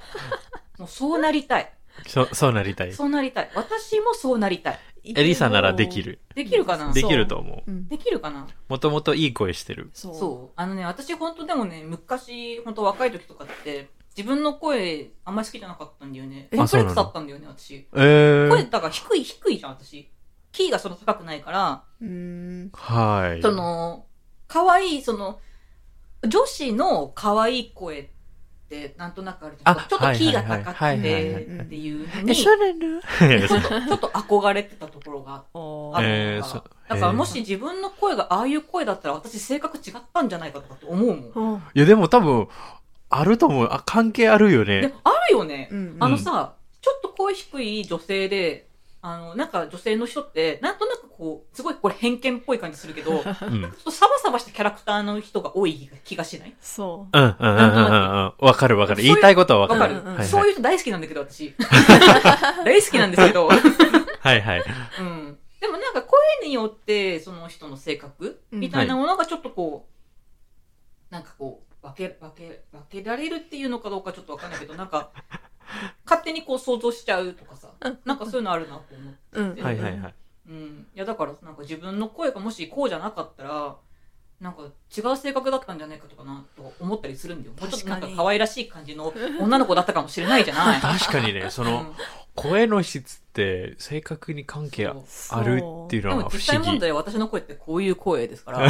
Speaker 2: もうそうなりたい。
Speaker 3: そそうなりたい。
Speaker 2: そうなりたい。私もそうなりたい。
Speaker 3: エリさんならでき。る。
Speaker 2: できるかな
Speaker 3: できると思う。
Speaker 4: うん。
Speaker 2: できるかな
Speaker 3: もともといい声してる。
Speaker 4: そう。
Speaker 2: そう。あのね、私本当でもね、昔、本当若い時とかって、自分の声あんまり好きじゃなかったんだよね。
Speaker 4: え
Speaker 2: コンプレッ
Speaker 3: あそうな
Speaker 2: ク
Speaker 3: の
Speaker 2: スだったんだよね、私。
Speaker 3: えー。
Speaker 2: 声、だから低い、低いじゃん、私。キーがその高くないから、
Speaker 4: うーん。
Speaker 3: はい。
Speaker 2: その、可愛い、その、女子の可愛い声ってなんとなくあるじゃん
Speaker 3: あ
Speaker 2: ちょっとキーが高
Speaker 3: はい
Speaker 2: く
Speaker 3: はいはい
Speaker 4: はいはい
Speaker 2: て
Speaker 4: はい
Speaker 2: っていうの
Speaker 3: え、
Speaker 2: に、ち
Speaker 3: そ
Speaker 2: ょ
Speaker 3: うなの [LAUGHS] えそう
Speaker 2: っと憧れてたところが
Speaker 4: お
Speaker 2: あ
Speaker 4: ー
Speaker 3: え
Speaker 2: る
Speaker 3: ー
Speaker 2: か
Speaker 3: そ
Speaker 2: ら
Speaker 3: う。
Speaker 2: だからもし自分の声がああいう声だったら私性格違ったんじゃないかとかって思うもん。
Speaker 4: うん
Speaker 3: いや、でも多分、あると思う。あ、関係あるよ
Speaker 2: で
Speaker 3: ね。
Speaker 2: あるよね
Speaker 4: う。ん。
Speaker 2: あのさ、ちょっと声低い女性で、あの、なんか女性の人って、なんとなくこう、すごいこれ偏見っぽい感じするけ
Speaker 4: [LAUGHS]
Speaker 2: ど、ちょっ
Speaker 3: うん。うん、うん、
Speaker 2: とサバサバしたキャラクターの人が多い気がしない
Speaker 4: そ
Speaker 3: うん、うん、うんうん。わかるわかる。言いたいことはわ
Speaker 2: わ
Speaker 3: か
Speaker 2: か
Speaker 3: る。
Speaker 2: る、
Speaker 4: うんうん
Speaker 3: はい
Speaker 2: そう
Speaker 3: はい
Speaker 2: いう人大好きなんだけど、
Speaker 4: [LAUGHS]
Speaker 2: 私。大好きなんですけど。
Speaker 3: はいはい。
Speaker 2: うん。でもなんか声によって、その人の性格
Speaker 4: うん
Speaker 2: みたいなものがちょっとこう、なんかこう、分け、分け、分けられるっていうのかどうかちょっとわかんないけど、なんか、勝手にこう想像しちゃうとかさ、なんかそういうのあるなと思って。
Speaker 4: う。うん。
Speaker 3: はいはいはい。
Speaker 2: うん、いやだからなんか自分の声がもしこうじゃなかったらなんか違う性格だったんじゃないかとかなと思ったりするんだよもうちょっとなんか
Speaker 4: 確かに
Speaker 2: 可愛らしい感じの女の子だったかもしれないじゃない
Speaker 3: [LAUGHS] 確かにね、その、声の質って性格に関係あ
Speaker 2: そう
Speaker 3: あるっていう
Speaker 2: で
Speaker 3: の
Speaker 2: も
Speaker 3: は不
Speaker 2: 実際
Speaker 3: 思
Speaker 2: 問
Speaker 3: 議。
Speaker 2: 題私の声ってこういう声ですから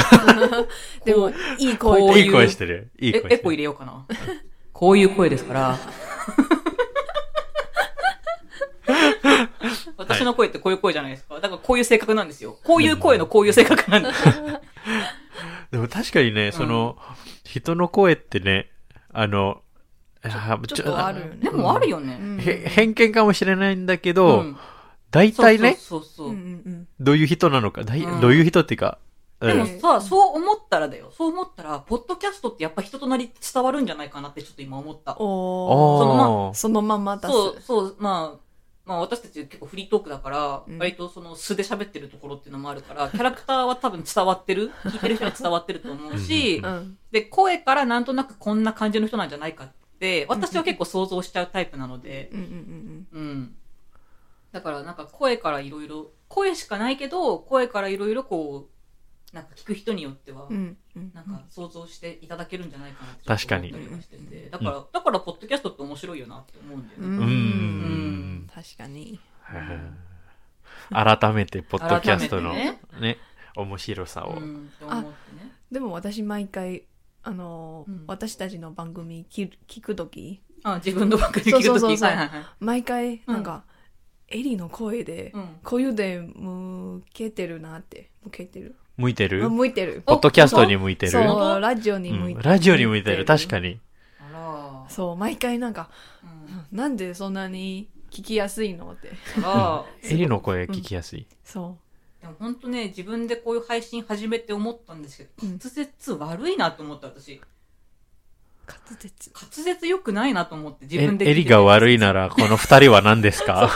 Speaker 4: でも
Speaker 2: こ、
Speaker 4: いい声
Speaker 2: こう
Speaker 4: と
Speaker 2: いう
Speaker 3: いい声してる。いい
Speaker 2: え
Speaker 3: 声してる。
Speaker 2: エコ入れようかなこういう声ですから私の声ってこういう声じゃないですかだからこういう性格なんですよこういう声のこういう性格なんです
Speaker 3: でも確かにね、その、人の声ってね、あの、あー
Speaker 4: ちょっとあるよね。
Speaker 2: でもあるよね、
Speaker 4: うん。
Speaker 3: へ偏見かもしれないんだけ
Speaker 2: う
Speaker 3: ど、
Speaker 2: ん
Speaker 3: 大体ね、
Speaker 2: そうそうそうそう、
Speaker 4: うんうん
Speaker 3: どういう人なのか、だい
Speaker 2: うん
Speaker 3: どういう人っていうか、
Speaker 2: でも
Speaker 3: うん
Speaker 2: さ、そう思ったらだよ。そう思ったら、ポッドキャストってやっぱ人となり伝わるんじゃないかなってちょっと今思った
Speaker 4: うん。。お
Speaker 2: そのま
Speaker 3: お
Speaker 4: ー。
Speaker 3: ー
Speaker 4: そのまま出す。
Speaker 2: そう、そう、まあ、まあ私たち結構フリートークだから、
Speaker 4: うん
Speaker 2: 割とその素で喋ってるところっていうのもあるから、キャラクターは多分伝わって
Speaker 4: [LAUGHS]
Speaker 2: る、聞いてる人に伝わってると思うし
Speaker 3: うん、
Speaker 4: ん。
Speaker 2: で、声からなんとなくこんな感じの人なんじゃないかって、私は結構想像しちゃうタイプなので、
Speaker 4: うんうんうん
Speaker 2: うん。だからなんか声からいろいろ、声しかないけど、声からいろいろこう、なんか聞く人によっては
Speaker 4: うん。う、んうん。
Speaker 2: なんか想像していただけるんじゃないかなって
Speaker 3: 確かに
Speaker 2: ちょっと思ったりはしててだから、だからポッドキャストって面白いよなって思うんだよ
Speaker 4: う
Speaker 2: ね。
Speaker 4: ん。
Speaker 3: う
Speaker 4: うんん。
Speaker 2: ん
Speaker 4: 確確かに。
Speaker 3: 改めて、ポッドキャストの
Speaker 2: 改め
Speaker 3: ね面白さ
Speaker 2: う
Speaker 3: を。
Speaker 2: ん、と思ってね。
Speaker 4: でも私毎回、あの、
Speaker 2: うん
Speaker 4: 私たちの番組聞聞くとき、
Speaker 2: あ自分のばっかり聞く
Speaker 4: そう
Speaker 2: と
Speaker 4: そうそう
Speaker 2: き。
Speaker 4: そう
Speaker 2: はいはいはい
Speaker 4: 毎回、なんか、エリの声で、
Speaker 2: うん
Speaker 4: こういうで向けてるなって、向けてる。
Speaker 3: 向いてる
Speaker 4: あ向いてる。
Speaker 3: ポッドキャストに向いてる
Speaker 4: そう
Speaker 2: 本当
Speaker 4: ラジオに向
Speaker 3: う
Speaker 4: い
Speaker 3: ん
Speaker 4: てる。
Speaker 3: ラジオに向いてる。確か
Speaker 4: に。
Speaker 3: に。
Speaker 2: あら
Speaker 4: そう、毎回なんか、
Speaker 2: うん
Speaker 4: なんでそんなに聞きやすいのって。
Speaker 2: あら
Speaker 3: エリの声聞きやすい。
Speaker 4: そ
Speaker 2: でも本当ね、自分でこういう配信始めて思ったんですけど、
Speaker 4: う
Speaker 2: 滑
Speaker 4: ん
Speaker 2: 舌悪いなと思った私。
Speaker 4: う。滑舌。
Speaker 2: 滑舌良くないなと思って自
Speaker 3: え
Speaker 2: 分で聞いて。
Speaker 3: エリが悪い
Speaker 2: な。
Speaker 3: なら、この二人は何ですか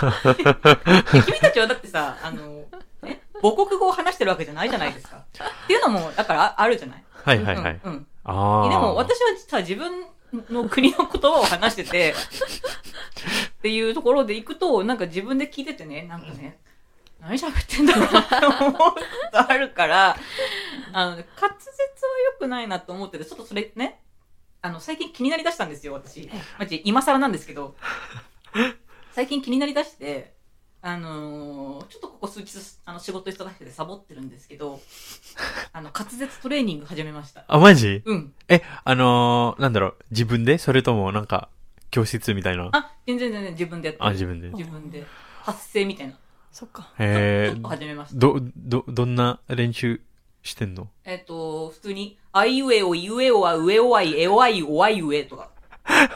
Speaker 2: 君たちはだってさ、あの、ね、母国語を話してるわけじゃないじゃないですか。っていうのも、だからああるじゃない。
Speaker 3: [LAUGHS] はいはいはい。
Speaker 2: うんうん
Speaker 3: ああ。
Speaker 2: でも私はさ、自分の国の言葉を話してて、っていうところで行くと、なんか自分で聞いててね、なんかね、何喋ってんだろうなって思うことあるから、あのね、滑舌は良くないなと思ってて、ちょっとそれね、あの、最近気になりだしたんですよ、私。マジ、今更なんですけど、最近気になりだして、あのーちょっとここ数日、あの、仕事忙しくてサボってるんですけど、あの、滑舌トレーニング始めました。
Speaker 3: あ、マジ
Speaker 2: うん。
Speaker 3: え、あのー、なんだろう、自分でそれとも、なんか、教室みたいな。
Speaker 2: あ、全然全然自分でやってる
Speaker 3: あ、自分で。
Speaker 2: 自分で。発声みたいな。
Speaker 4: そっか。
Speaker 3: へ
Speaker 2: ちょっと
Speaker 3: ー
Speaker 2: 始めました。
Speaker 3: ど、ど、どんな練習してんの
Speaker 2: えっ、と、普通に、あいうえお、いうえおは、うえおあい、えおあい、おあいうえとか。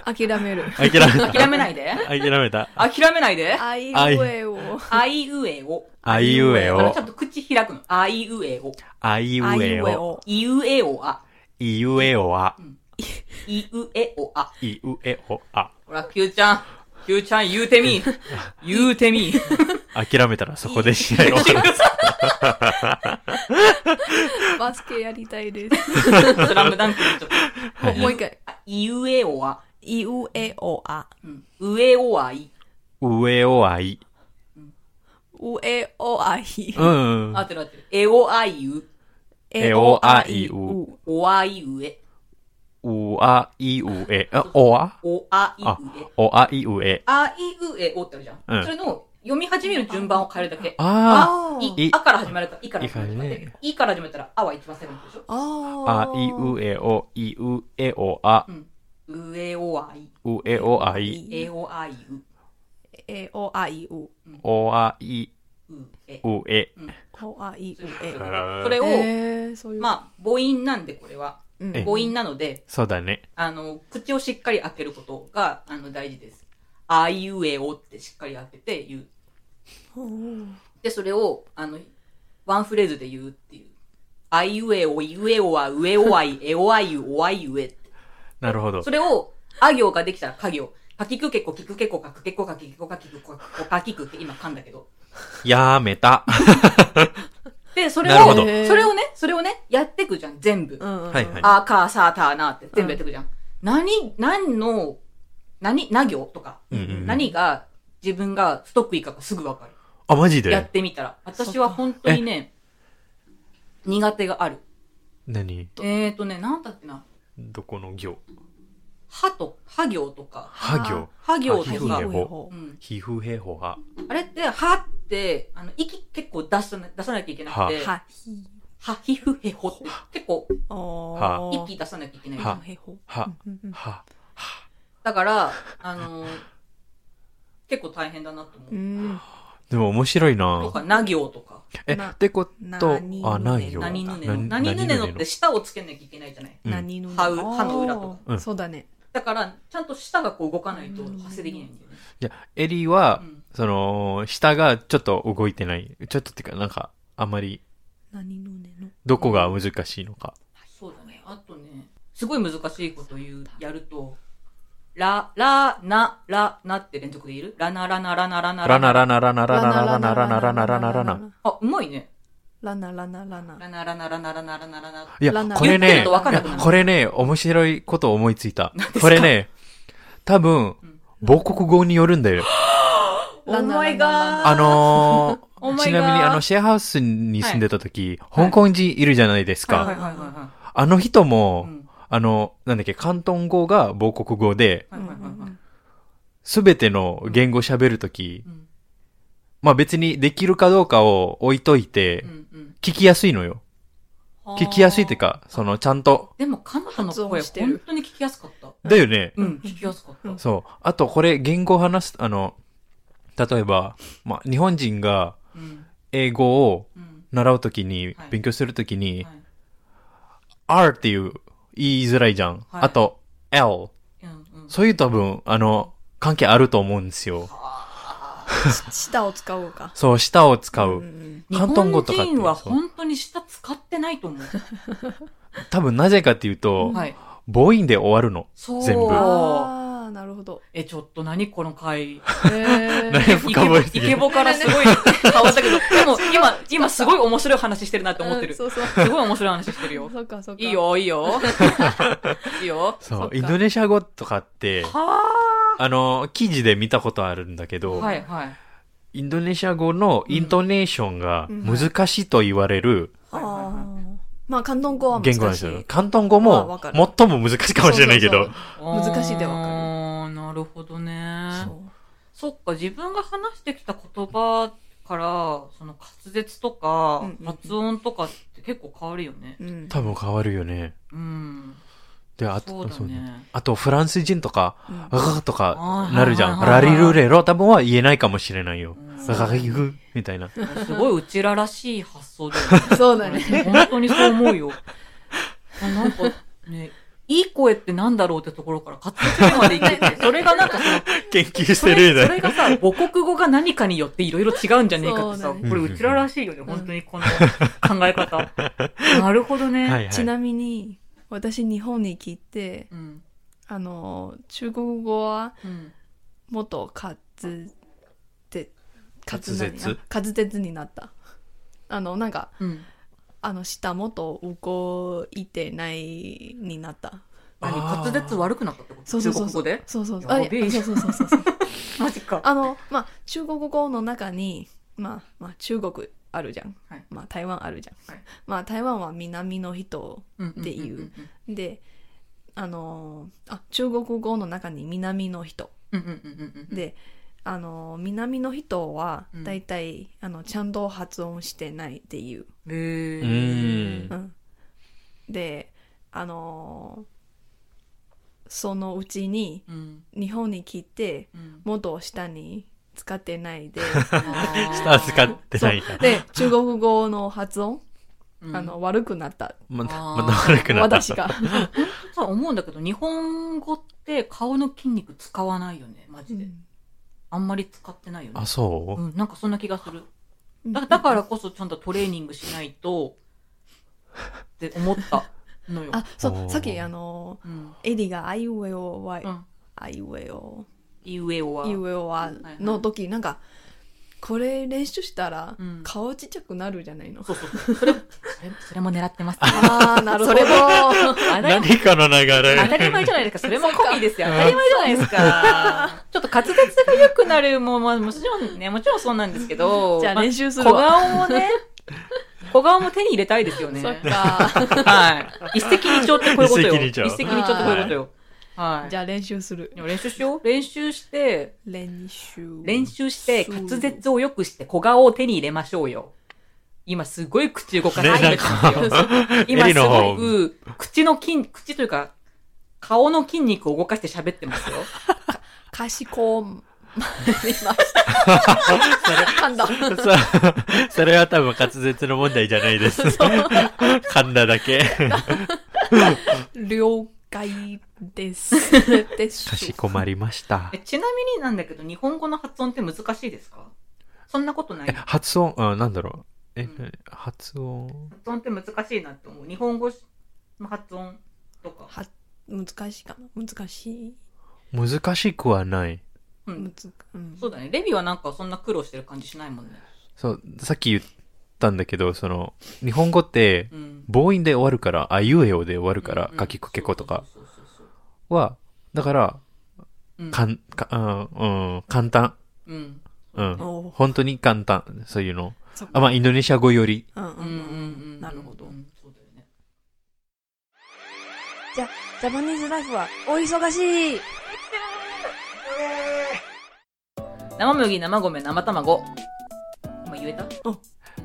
Speaker 4: 諦め
Speaker 3: [LAUGHS]
Speaker 4: る。
Speaker 3: 諦めた。
Speaker 2: 諦めないで。
Speaker 3: 諦めた。
Speaker 2: 諦めないで。
Speaker 4: あいう
Speaker 3: あいう
Speaker 4: えを。
Speaker 2: あいうえお。
Speaker 3: あいうえ
Speaker 2: だから
Speaker 3: お
Speaker 2: ちゃ。んと口開くの。あいうえお。
Speaker 3: あいうえ
Speaker 4: あいうえ
Speaker 3: お。
Speaker 4: お
Speaker 2: いうえおあ。
Speaker 3: いうえおあ。
Speaker 2: いうえおあ。
Speaker 3: いうえおあ。
Speaker 2: ほら、Q ちゃん。Q ちゃん言うてみ。言うて
Speaker 3: [LAUGHS]
Speaker 2: み。
Speaker 3: 諦めたらそこで試合を終わる。
Speaker 4: バスケやりたいです。
Speaker 2: スラムダンクにちょっ
Speaker 4: もうもう一回。
Speaker 2: と。あいうえおあ。
Speaker 4: いうえおあ。
Speaker 2: うん。うえおあい。
Speaker 3: うえおあい。
Speaker 4: うえおあい。
Speaker 3: うん。
Speaker 2: あ合ってるあってる。えおあいう。
Speaker 4: え
Speaker 3: おあいう。
Speaker 2: おあいうえ。
Speaker 3: うあいうえ。あ、おあ
Speaker 2: おあい
Speaker 3: あ
Speaker 2: うえ。、
Speaker 3: おあいうえ。
Speaker 2: あいうえおってあるじゃん。
Speaker 3: うん
Speaker 2: それの読み始める順番を変えるだけ。
Speaker 3: あ
Speaker 4: あー
Speaker 2: い
Speaker 3: い
Speaker 2: あから始まるか、いから始まるか
Speaker 3: いい
Speaker 2: で
Speaker 3: 感じね
Speaker 2: いから始めたら、あは一番最後のでしょ。
Speaker 4: あ
Speaker 3: あ。あいうえお。いうえおあ。
Speaker 2: うん。うえおあい。
Speaker 3: うえおあい。
Speaker 2: えおあいう。
Speaker 4: えおあいう。
Speaker 3: おあいう
Speaker 2: え。
Speaker 3: え。
Speaker 4: おあいうえ。
Speaker 2: それ
Speaker 4: え
Speaker 2: を、
Speaker 4: ー、そういう。
Speaker 2: まあ、母音なんで、これは。
Speaker 4: うん
Speaker 3: え
Speaker 2: 母音なので、
Speaker 3: そうだね。
Speaker 2: あの、口をしっかり開けることが、あの、大事です。あいうえおってしっかり開けて言う。
Speaker 4: おー
Speaker 2: で、それを、あの、ワンフレーズで言うっていう。あいうえお、いうえおは、うえおあい、えおあいう、おあいうえ。
Speaker 3: なるほど
Speaker 2: そ。れを、あ行ができたらか行。かきくけこ、きくけこ、かくけこ、かきくこ、かきくこ、かきくけ、今噛んだけど。
Speaker 3: や
Speaker 2: [LAUGHS]
Speaker 3: めた。
Speaker 2: で、それ
Speaker 3: なるほ
Speaker 2: を、
Speaker 3: ど
Speaker 2: それをね、それをね、やってくじゃん、全部
Speaker 4: う。んうん。
Speaker 3: はいはい
Speaker 2: あ、か、さ、た、なって全部やってくじゃん。何、何の、何、な行とか、
Speaker 3: うんうん
Speaker 2: 何が自分が不得意かがすぐわかる。
Speaker 3: あ、マジ
Speaker 2: や
Speaker 3: で
Speaker 2: ってみたら。私は本当にね、苦手がある。
Speaker 3: 何
Speaker 2: えーとね、なんだっけな。
Speaker 3: どこの行
Speaker 2: はと、は行とか、
Speaker 3: は行。
Speaker 2: は行
Speaker 3: あ皮
Speaker 2: と
Speaker 3: 膚
Speaker 2: か
Speaker 3: 平、
Speaker 2: う
Speaker 3: 方
Speaker 2: ん、
Speaker 3: 皮膚平方は。
Speaker 2: あれって、はって、あの、息結構出さな出さなきゃいけなくて、
Speaker 4: はひ。
Speaker 2: は、ひふへほって、結構
Speaker 4: お
Speaker 3: は
Speaker 4: ー。
Speaker 2: 息出さなきゃいけない。
Speaker 3: は
Speaker 4: へほ。
Speaker 3: は。
Speaker 4: うんうん
Speaker 3: は。
Speaker 2: だから、あのー結構大変だなと思
Speaker 4: う
Speaker 2: う。
Speaker 4: ん。
Speaker 3: でも面白い
Speaker 2: と
Speaker 3: な
Speaker 2: か、な行とか、
Speaker 3: え、
Speaker 4: な
Speaker 3: ってこと
Speaker 4: な、に
Speaker 3: あ、な
Speaker 4: ぬ
Speaker 3: 行。
Speaker 4: ね
Speaker 2: なにぬね
Speaker 3: な
Speaker 2: の。なにぬねのっ
Speaker 3: な
Speaker 2: て舌をつけなきゃいけないじゃない。
Speaker 3: うん
Speaker 4: 何の
Speaker 2: 歯う歯の裏とか
Speaker 3: うん
Speaker 4: そうだね。
Speaker 2: だから、ちゃんと舌がこう動かないと発声できないんだよね。
Speaker 3: じゃあ、エリは
Speaker 2: うん、
Speaker 3: その、下がちょっと動いてない。ちょっとっていうか、なんか、あんまり、
Speaker 4: 何のねの。
Speaker 3: どこが難しいのか。
Speaker 2: そうだね。あとね、すごい難しいこと言う、やると、ラ、ラ、ナ、ラ、ナって連続でいるラナ、ラナ、ラナ、ラナ、
Speaker 3: ラナラナラナラナラナラナラナラナラナ。
Speaker 4: ナ。
Speaker 2: あ、うまいね。
Speaker 4: ラナラナラナ。
Speaker 2: ラナ、ラナ、ラナ、ラナ、ラナ、ラナ。
Speaker 3: いや
Speaker 4: ラナ、
Speaker 3: こ
Speaker 2: 言
Speaker 3: れ
Speaker 2: って
Speaker 3: ね
Speaker 2: ると分かんなくな、る
Speaker 3: これね、面白いこと思いついた。これね、多分、母国語によるんだよ。
Speaker 4: ラナ
Speaker 2: Oh
Speaker 4: ラナラナ
Speaker 2: my god
Speaker 3: あの
Speaker 2: [LAUGHS] Oh my
Speaker 3: ー
Speaker 2: god
Speaker 3: ちなみにあの、シェアハウスに住んでた時、香港人いるじゃないです
Speaker 2: はいはい
Speaker 3: か。
Speaker 2: はいは
Speaker 3: あの人
Speaker 2: い。う
Speaker 3: も、
Speaker 2: ん。
Speaker 3: あの、なんだっけ、広東語が母国語で、
Speaker 2: はいはいはいはい。
Speaker 3: すべての言語喋るとき、
Speaker 2: うん
Speaker 3: まあ別にできるかどうかを置いといて
Speaker 2: う、んうん
Speaker 3: 聞きやすいのよ。 [LAUGHS] 聞きやすいっていうか、その、ちゃんと。
Speaker 2: でも彼女の
Speaker 4: 発
Speaker 2: 声
Speaker 4: 音してる
Speaker 2: 本当に聞きやすかった
Speaker 3: だよね。
Speaker 2: うん聞きやすかった
Speaker 4: うん
Speaker 3: そう。あと、これ、言語を話す、あの、例えば、まあ、日本人が
Speaker 2: うん
Speaker 3: 英語を
Speaker 2: うん
Speaker 3: 習うときに
Speaker 2: はい、
Speaker 3: 勉強するときに、
Speaker 2: はい
Speaker 3: R っていう言いづらいじゃん。
Speaker 2: はい
Speaker 3: あと、L。
Speaker 2: うんうん
Speaker 3: そういう多分、あの、関係あると思うんですよ。
Speaker 4: 舌を使おうか。
Speaker 3: そう、舌を使う。
Speaker 4: ん
Speaker 2: 日
Speaker 3: 広東語
Speaker 2: 本
Speaker 3: とかって
Speaker 2: 人は
Speaker 3: そう
Speaker 2: 本当に舌使ってないと思う。
Speaker 3: 多分なぜかっていうと、
Speaker 2: はい。
Speaker 3: 母音で終わるの。
Speaker 2: そう。
Speaker 3: 全部
Speaker 4: ああ、なるほど。
Speaker 2: え、ちょっと何この
Speaker 4: [LAUGHS]
Speaker 2: 回。
Speaker 4: へえ [LAUGHS]
Speaker 3: 何
Speaker 2: イ
Speaker 3: 深
Speaker 2: ケボ
Speaker 3: 掘り
Speaker 2: イ
Speaker 3: して
Speaker 2: ケボからすごい変わったけど、でも今、今すごい面白い話してるなって思って
Speaker 4: う
Speaker 2: る。
Speaker 4: ん
Speaker 2: す
Speaker 4: そうそう。
Speaker 2: ごい面白い話してるよ。
Speaker 4: そっかそっか。
Speaker 2: いい。よ、いい
Speaker 4: [LAUGHS]
Speaker 2: よ。いいよ。
Speaker 3: そ
Speaker 4: そっ
Speaker 3: う
Speaker 4: か、
Speaker 3: インドネシア語とかって、
Speaker 2: は
Speaker 3: あの、記事で見たことあるんだけ
Speaker 2: あ。
Speaker 3: ど、
Speaker 2: はい、はい。
Speaker 3: インドネシア語のイントネーションが
Speaker 4: うん
Speaker 3: 難しいと言われる
Speaker 4: あ
Speaker 2: はいはいはい
Speaker 4: あ。まあ、広東語は難し
Speaker 3: 言
Speaker 4: い。
Speaker 3: 語なんですよ。広東語
Speaker 4: まあ
Speaker 3: も
Speaker 4: わかる
Speaker 3: 最も難しいかもしれないけ
Speaker 4: そ
Speaker 3: ど
Speaker 4: うそう。難しいでわかる
Speaker 2: あーなるほどね。
Speaker 4: そう
Speaker 2: そっか、自分が話してきた言葉から、その滑舌とか
Speaker 4: うんうんうん、
Speaker 2: 発音とかって結構変わるよね。
Speaker 4: うん。
Speaker 3: 多分変わるよね。
Speaker 2: うん。
Speaker 3: で、あ
Speaker 2: そ
Speaker 3: と、
Speaker 2: うだ
Speaker 3: そうね
Speaker 2: ね。
Speaker 3: あとフランス人とか、
Speaker 4: うん
Speaker 3: ガガとか
Speaker 2: あー
Speaker 3: なるじゃん。
Speaker 2: はいはい
Speaker 3: ラ
Speaker 2: はい
Speaker 3: リ
Speaker 2: はい
Speaker 3: ルレロ多分は言えないかもしれないよ。
Speaker 2: うん
Speaker 3: ガガギグみた
Speaker 2: [LAUGHS]
Speaker 3: いな。
Speaker 2: すごいうちららしい発想だよね。
Speaker 4: そうだね。
Speaker 2: 本当にそう思うよ。あなんかね、いい声ってなんだろうってところから滑舌にまで行って [LAUGHS] て、それがなんかその、
Speaker 3: 研究し
Speaker 2: そ
Speaker 3: てる
Speaker 2: れ
Speaker 3: みた
Speaker 2: そ
Speaker 3: いな
Speaker 2: れ。がさ、母国語が何かによっていろいろ違うんじゃねえかって
Speaker 4: そ
Speaker 2: さ、
Speaker 4: うだ
Speaker 3: ね
Speaker 2: これうちららしいよね、本当にこの考え方。なるほどね。
Speaker 3: [LAUGHS] はいはい。
Speaker 4: ちなみに、私、日本に来て、
Speaker 2: うん。
Speaker 4: あの、中国語は
Speaker 2: うん。
Speaker 4: もっと滑舌、
Speaker 3: 滑舌
Speaker 4: 舌滑舌になった。あの、なんか、
Speaker 2: うん。
Speaker 4: あの、舌もっと動いてないになった。
Speaker 2: 何
Speaker 3: あー
Speaker 2: 滑舌悪くなったってこと
Speaker 4: そうそうそう
Speaker 2: 中国語
Speaker 4: そう。
Speaker 2: で
Speaker 4: そうそうそう。
Speaker 2: や
Speaker 4: あ
Speaker 2: べえ
Speaker 4: いやそうそうそうそう。 [LAUGHS]
Speaker 2: マジか。
Speaker 4: あの、まあ、中国語の中に、まあ、まあ、中国あるじゃん。
Speaker 2: はい
Speaker 4: まあ、台湾あるじゃん。
Speaker 2: はい
Speaker 4: まあ、台湾は南の人
Speaker 2: っ
Speaker 4: っていう。で、あのーあ、中国語の中に南の人。
Speaker 2: うんうんうんうんうん。
Speaker 4: で、あのー南の人は
Speaker 2: うん、
Speaker 4: だいたい、あの、ちゃんと発音してないっていう。
Speaker 2: へー
Speaker 3: うーん
Speaker 4: う。ん。で、あのーそのうちに、
Speaker 2: うん。
Speaker 4: 日本に来て、
Speaker 2: うん。
Speaker 4: もっと下に使ってないで、
Speaker 3: [LAUGHS] 舌
Speaker 2: 下
Speaker 3: を使ってないから。
Speaker 4: で、中国語の発音、
Speaker 2: うん
Speaker 4: あの、悪くなった。
Speaker 3: また、
Speaker 2: あ
Speaker 3: ま
Speaker 2: ー
Speaker 3: た悪くなった。
Speaker 4: 私が。
Speaker 2: さ思うんだけど日本語って顔の筋肉使わないよねマ [LAUGHS] ジで、あんまり使ってないよね
Speaker 3: あ、そう
Speaker 2: うん、なんかそんな気がするだだからこそちゃんとトレーニングしないとって思ったのよ
Speaker 4: あ、そ
Speaker 3: おー
Speaker 4: う、さっき、あの、
Speaker 2: うん、
Speaker 4: エディが、あいうえおは
Speaker 2: う、ん、
Speaker 4: あいうえお、
Speaker 2: いうえおは
Speaker 4: あいうえおは
Speaker 2: はいはい、
Speaker 4: の時、なんか、これ練習したら
Speaker 2: うん、
Speaker 4: 顔ちっちゃくなるじゃないの。
Speaker 2: そうそうそうそれそれそれも狙ってます
Speaker 4: ああ、なるほど。
Speaker 2: あだ
Speaker 3: 何かの流れ。
Speaker 2: 当たり前じゃないで
Speaker 4: [LAUGHS]
Speaker 2: すか。それも込みですよ。当たり前じゃないですか。ちょっと滑舌が良くなるも、まあ、もちろんね、もちろんそうなんですけど、
Speaker 4: じゃあ
Speaker 2: ま
Speaker 4: 練習する
Speaker 2: 小
Speaker 4: わ。
Speaker 2: 顔も [LAUGHS] ね、小顔も手に入れたいですよね。
Speaker 4: そっ [LAUGHS] か。
Speaker 2: はい。一石二鳥ってこういうことよ。
Speaker 3: 一石二鳥
Speaker 2: 一石二鳥ってこういうことよ。はい。
Speaker 4: じゃあ練習する
Speaker 2: で。も練習しよう。練習して、
Speaker 4: 練習。
Speaker 2: 練習して、
Speaker 4: そう
Speaker 2: 滑舌を良くして小顔を手に入れましょうよ。今すごい口動かしてるんですよ。今
Speaker 3: [LAUGHS] エリ
Speaker 2: す
Speaker 3: の
Speaker 2: ご
Speaker 3: 方
Speaker 2: く口の筋、口というか、顔の筋肉を動かして喋ってますよ。
Speaker 4: かしこ [LAUGHS] まりま
Speaker 3: [LAUGHS]
Speaker 4: した。噛んだ。
Speaker 3: そそれは多分滑舌の問題じゃないです。
Speaker 2: [LAUGHS]
Speaker 3: 噛んだだけ。
Speaker 4: 了解です。です。
Speaker 3: かしこまりました
Speaker 2: え。ちなみになんだけど、日本語の発音って難しいですかそんなことない
Speaker 3: え、。発音、あ、なんだろう。え、
Speaker 2: うん
Speaker 3: 発音。
Speaker 2: 発音って難しいなって思う。日本語の発音とか。
Speaker 4: は難しいかな難しい。
Speaker 3: 難しくはない。
Speaker 2: う
Speaker 4: む
Speaker 2: ん。
Speaker 4: ずうん
Speaker 2: そうだね。レビはなんかそんな苦労してる感じしないもんね。
Speaker 3: そう、さっき言ったんだけど、その、日本語って
Speaker 2: う、ん。
Speaker 3: 母音で終わるから、あいうえおで終わるから
Speaker 2: う、ん
Speaker 3: かきくけことか。
Speaker 2: そうそうそう
Speaker 3: は、だから、
Speaker 2: そう。
Speaker 3: かん、か、うん、うん、簡単。
Speaker 2: うん。うん。
Speaker 3: うん。
Speaker 4: おう
Speaker 3: 本当に簡単。そういうの。
Speaker 4: そっか
Speaker 3: あ、まあ、インドネシア語より。
Speaker 4: うん
Speaker 2: う
Speaker 4: うん
Speaker 2: うん
Speaker 4: ん
Speaker 2: う
Speaker 4: うん
Speaker 2: ん。
Speaker 4: なるほど
Speaker 2: うんそうだよね。
Speaker 5: ジャパニーズライフはお忙しい
Speaker 1: えー
Speaker 2: 生麦、生米、生卵。今言えた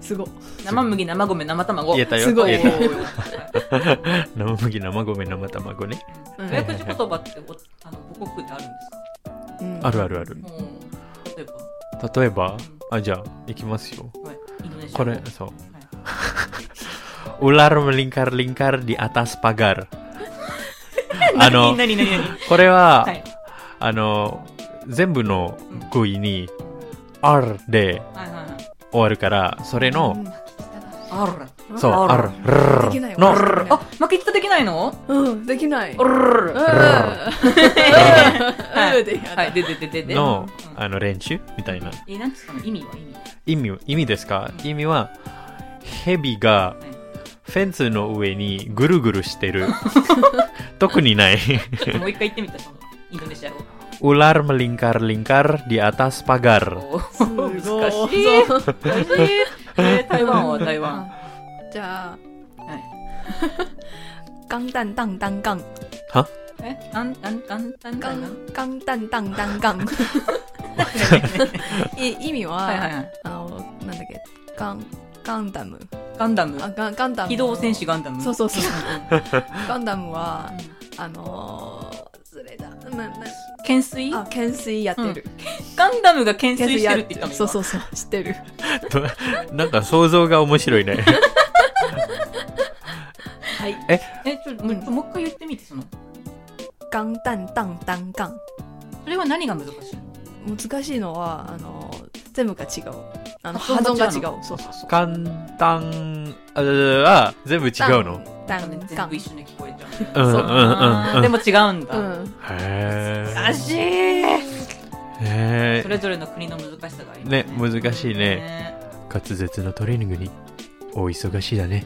Speaker 4: すごい。
Speaker 2: 生麦、生米、生卵。
Speaker 3: 言えたよ
Speaker 4: すごい
Speaker 3: 言えた
Speaker 2: おー
Speaker 3: 生麦生米生卵ね
Speaker 4: うん
Speaker 2: 早口言葉っておあの母国であるんですか
Speaker 4: うん
Speaker 3: あるあるある
Speaker 2: もう例えば、
Speaker 3: 例えばあじゃあ行きますよ
Speaker 2: はい、インドネシア語
Speaker 3: これそう
Speaker 2: はい
Speaker 3: ular melingkar-lingkar di atas pagar あの
Speaker 2: 何何何
Speaker 3: これは、
Speaker 2: はい
Speaker 3: あの全部の語彙に R で
Speaker 2: はいはいはい
Speaker 3: 終わるからそれの、
Speaker 4: うん
Speaker 2: あら
Speaker 3: そう
Speaker 2: R
Speaker 3: R
Speaker 4: できない
Speaker 3: の
Speaker 4: わ
Speaker 3: ルル
Speaker 2: あ負けたできないの
Speaker 4: うん、できない。
Speaker 2: あらは
Speaker 4: は
Speaker 2: い
Speaker 4: い。で
Speaker 2: はいででででで
Speaker 3: の
Speaker 2: うん
Speaker 3: あの練習みたいな
Speaker 2: えなんつったの意味は意味
Speaker 3: 意味意味ですか
Speaker 2: うん
Speaker 3: 意味はヘビが
Speaker 2: はい
Speaker 3: フェンスの上にぐるぐるし
Speaker 2: [LAUGHS]
Speaker 3: てる特に [LAUGHS] ない
Speaker 2: ちょっともう一回言ってみたそのインドネシア語
Speaker 3: ular melingkar-lingkar di atas pagar
Speaker 2: おー
Speaker 4: 難し
Speaker 2: 難しい難しいえー台湾は台湾
Speaker 4: じゃあ、
Speaker 2: はい
Speaker 4: 钢蛋当当杠，
Speaker 2: えあんあんあんあん
Speaker 4: 钢
Speaker 2: あん
Speaker 4: 钢蛋当当杠。意意味
Speaker 2: はいはいは
Speaker 4: は、
Speaker 2: い
Speaker 4: あのなんだっけ、ガンガンダム。
Speaker 2: ガンダム
Speaker 4: あ、ガンガンダム。
Speaker 2: 機動戦士。ガンダム
Speaker 4: そうそうそう。
Speaker 2: うん
Speaker 4: ガンダムはあのー、忘れた。なな
Speaker 2: 懸垂
Speaker 4: あ、懸垂やってる。
Speaker 2: ガンダムが懸
Speaker 4: 懸
Speaker 2: 垂
Speaker 4: 垂
Speaker 2: し
Speaker 4: や
Speaker 2: てるって言ったの
Speaker 4: そ
Speaker 2: う
Speaker 4: うそうそう、知ってる。
Speaker 3: [LAUGHS] なんか想像が面白
Speaker 2: [LAUGHS]
Speaker 3: いね
Speaker 4: はい。
Speaker 2: えちょもうちょもう一回言ってみてその
Speaker 4: 钢蛋当当杠。
Speaker 2: それは何が難しいの
Speaker 4: 難しいのはあの全部が違うあの
Speaker 2: あ
Speaker 4: 発音が違
Speaker 2: 発音が違
Speaker 4: うそうそうそう
Speaker 3: 簡単ああ全部違うの
Speaker 4: ダ
Speaker 2: 多分
Speaker 4: ン
Speaker 2: 全
Speaker 4: ガ
Speaker 2: 部
Speaker 4: ン
Speaker 2: 一緒に聞こえちゃ
Speaker 3: う
Speaker 2: う。
Speaker 3: んうんうんうん
Speaker 2: でも違うん
Speaker 4: う
Speaker 2: だ。
Speaker 4: ん
Speaker 3: へ
Speaker 2: 難しい。
Speaker 3: えへ
Speaker 2: そ
Speaker 3: え
Speaker 2: れぞれの国の難しさがあります
Speaker 3: ね難しいね滑舌のトレーニングにお忙しいだね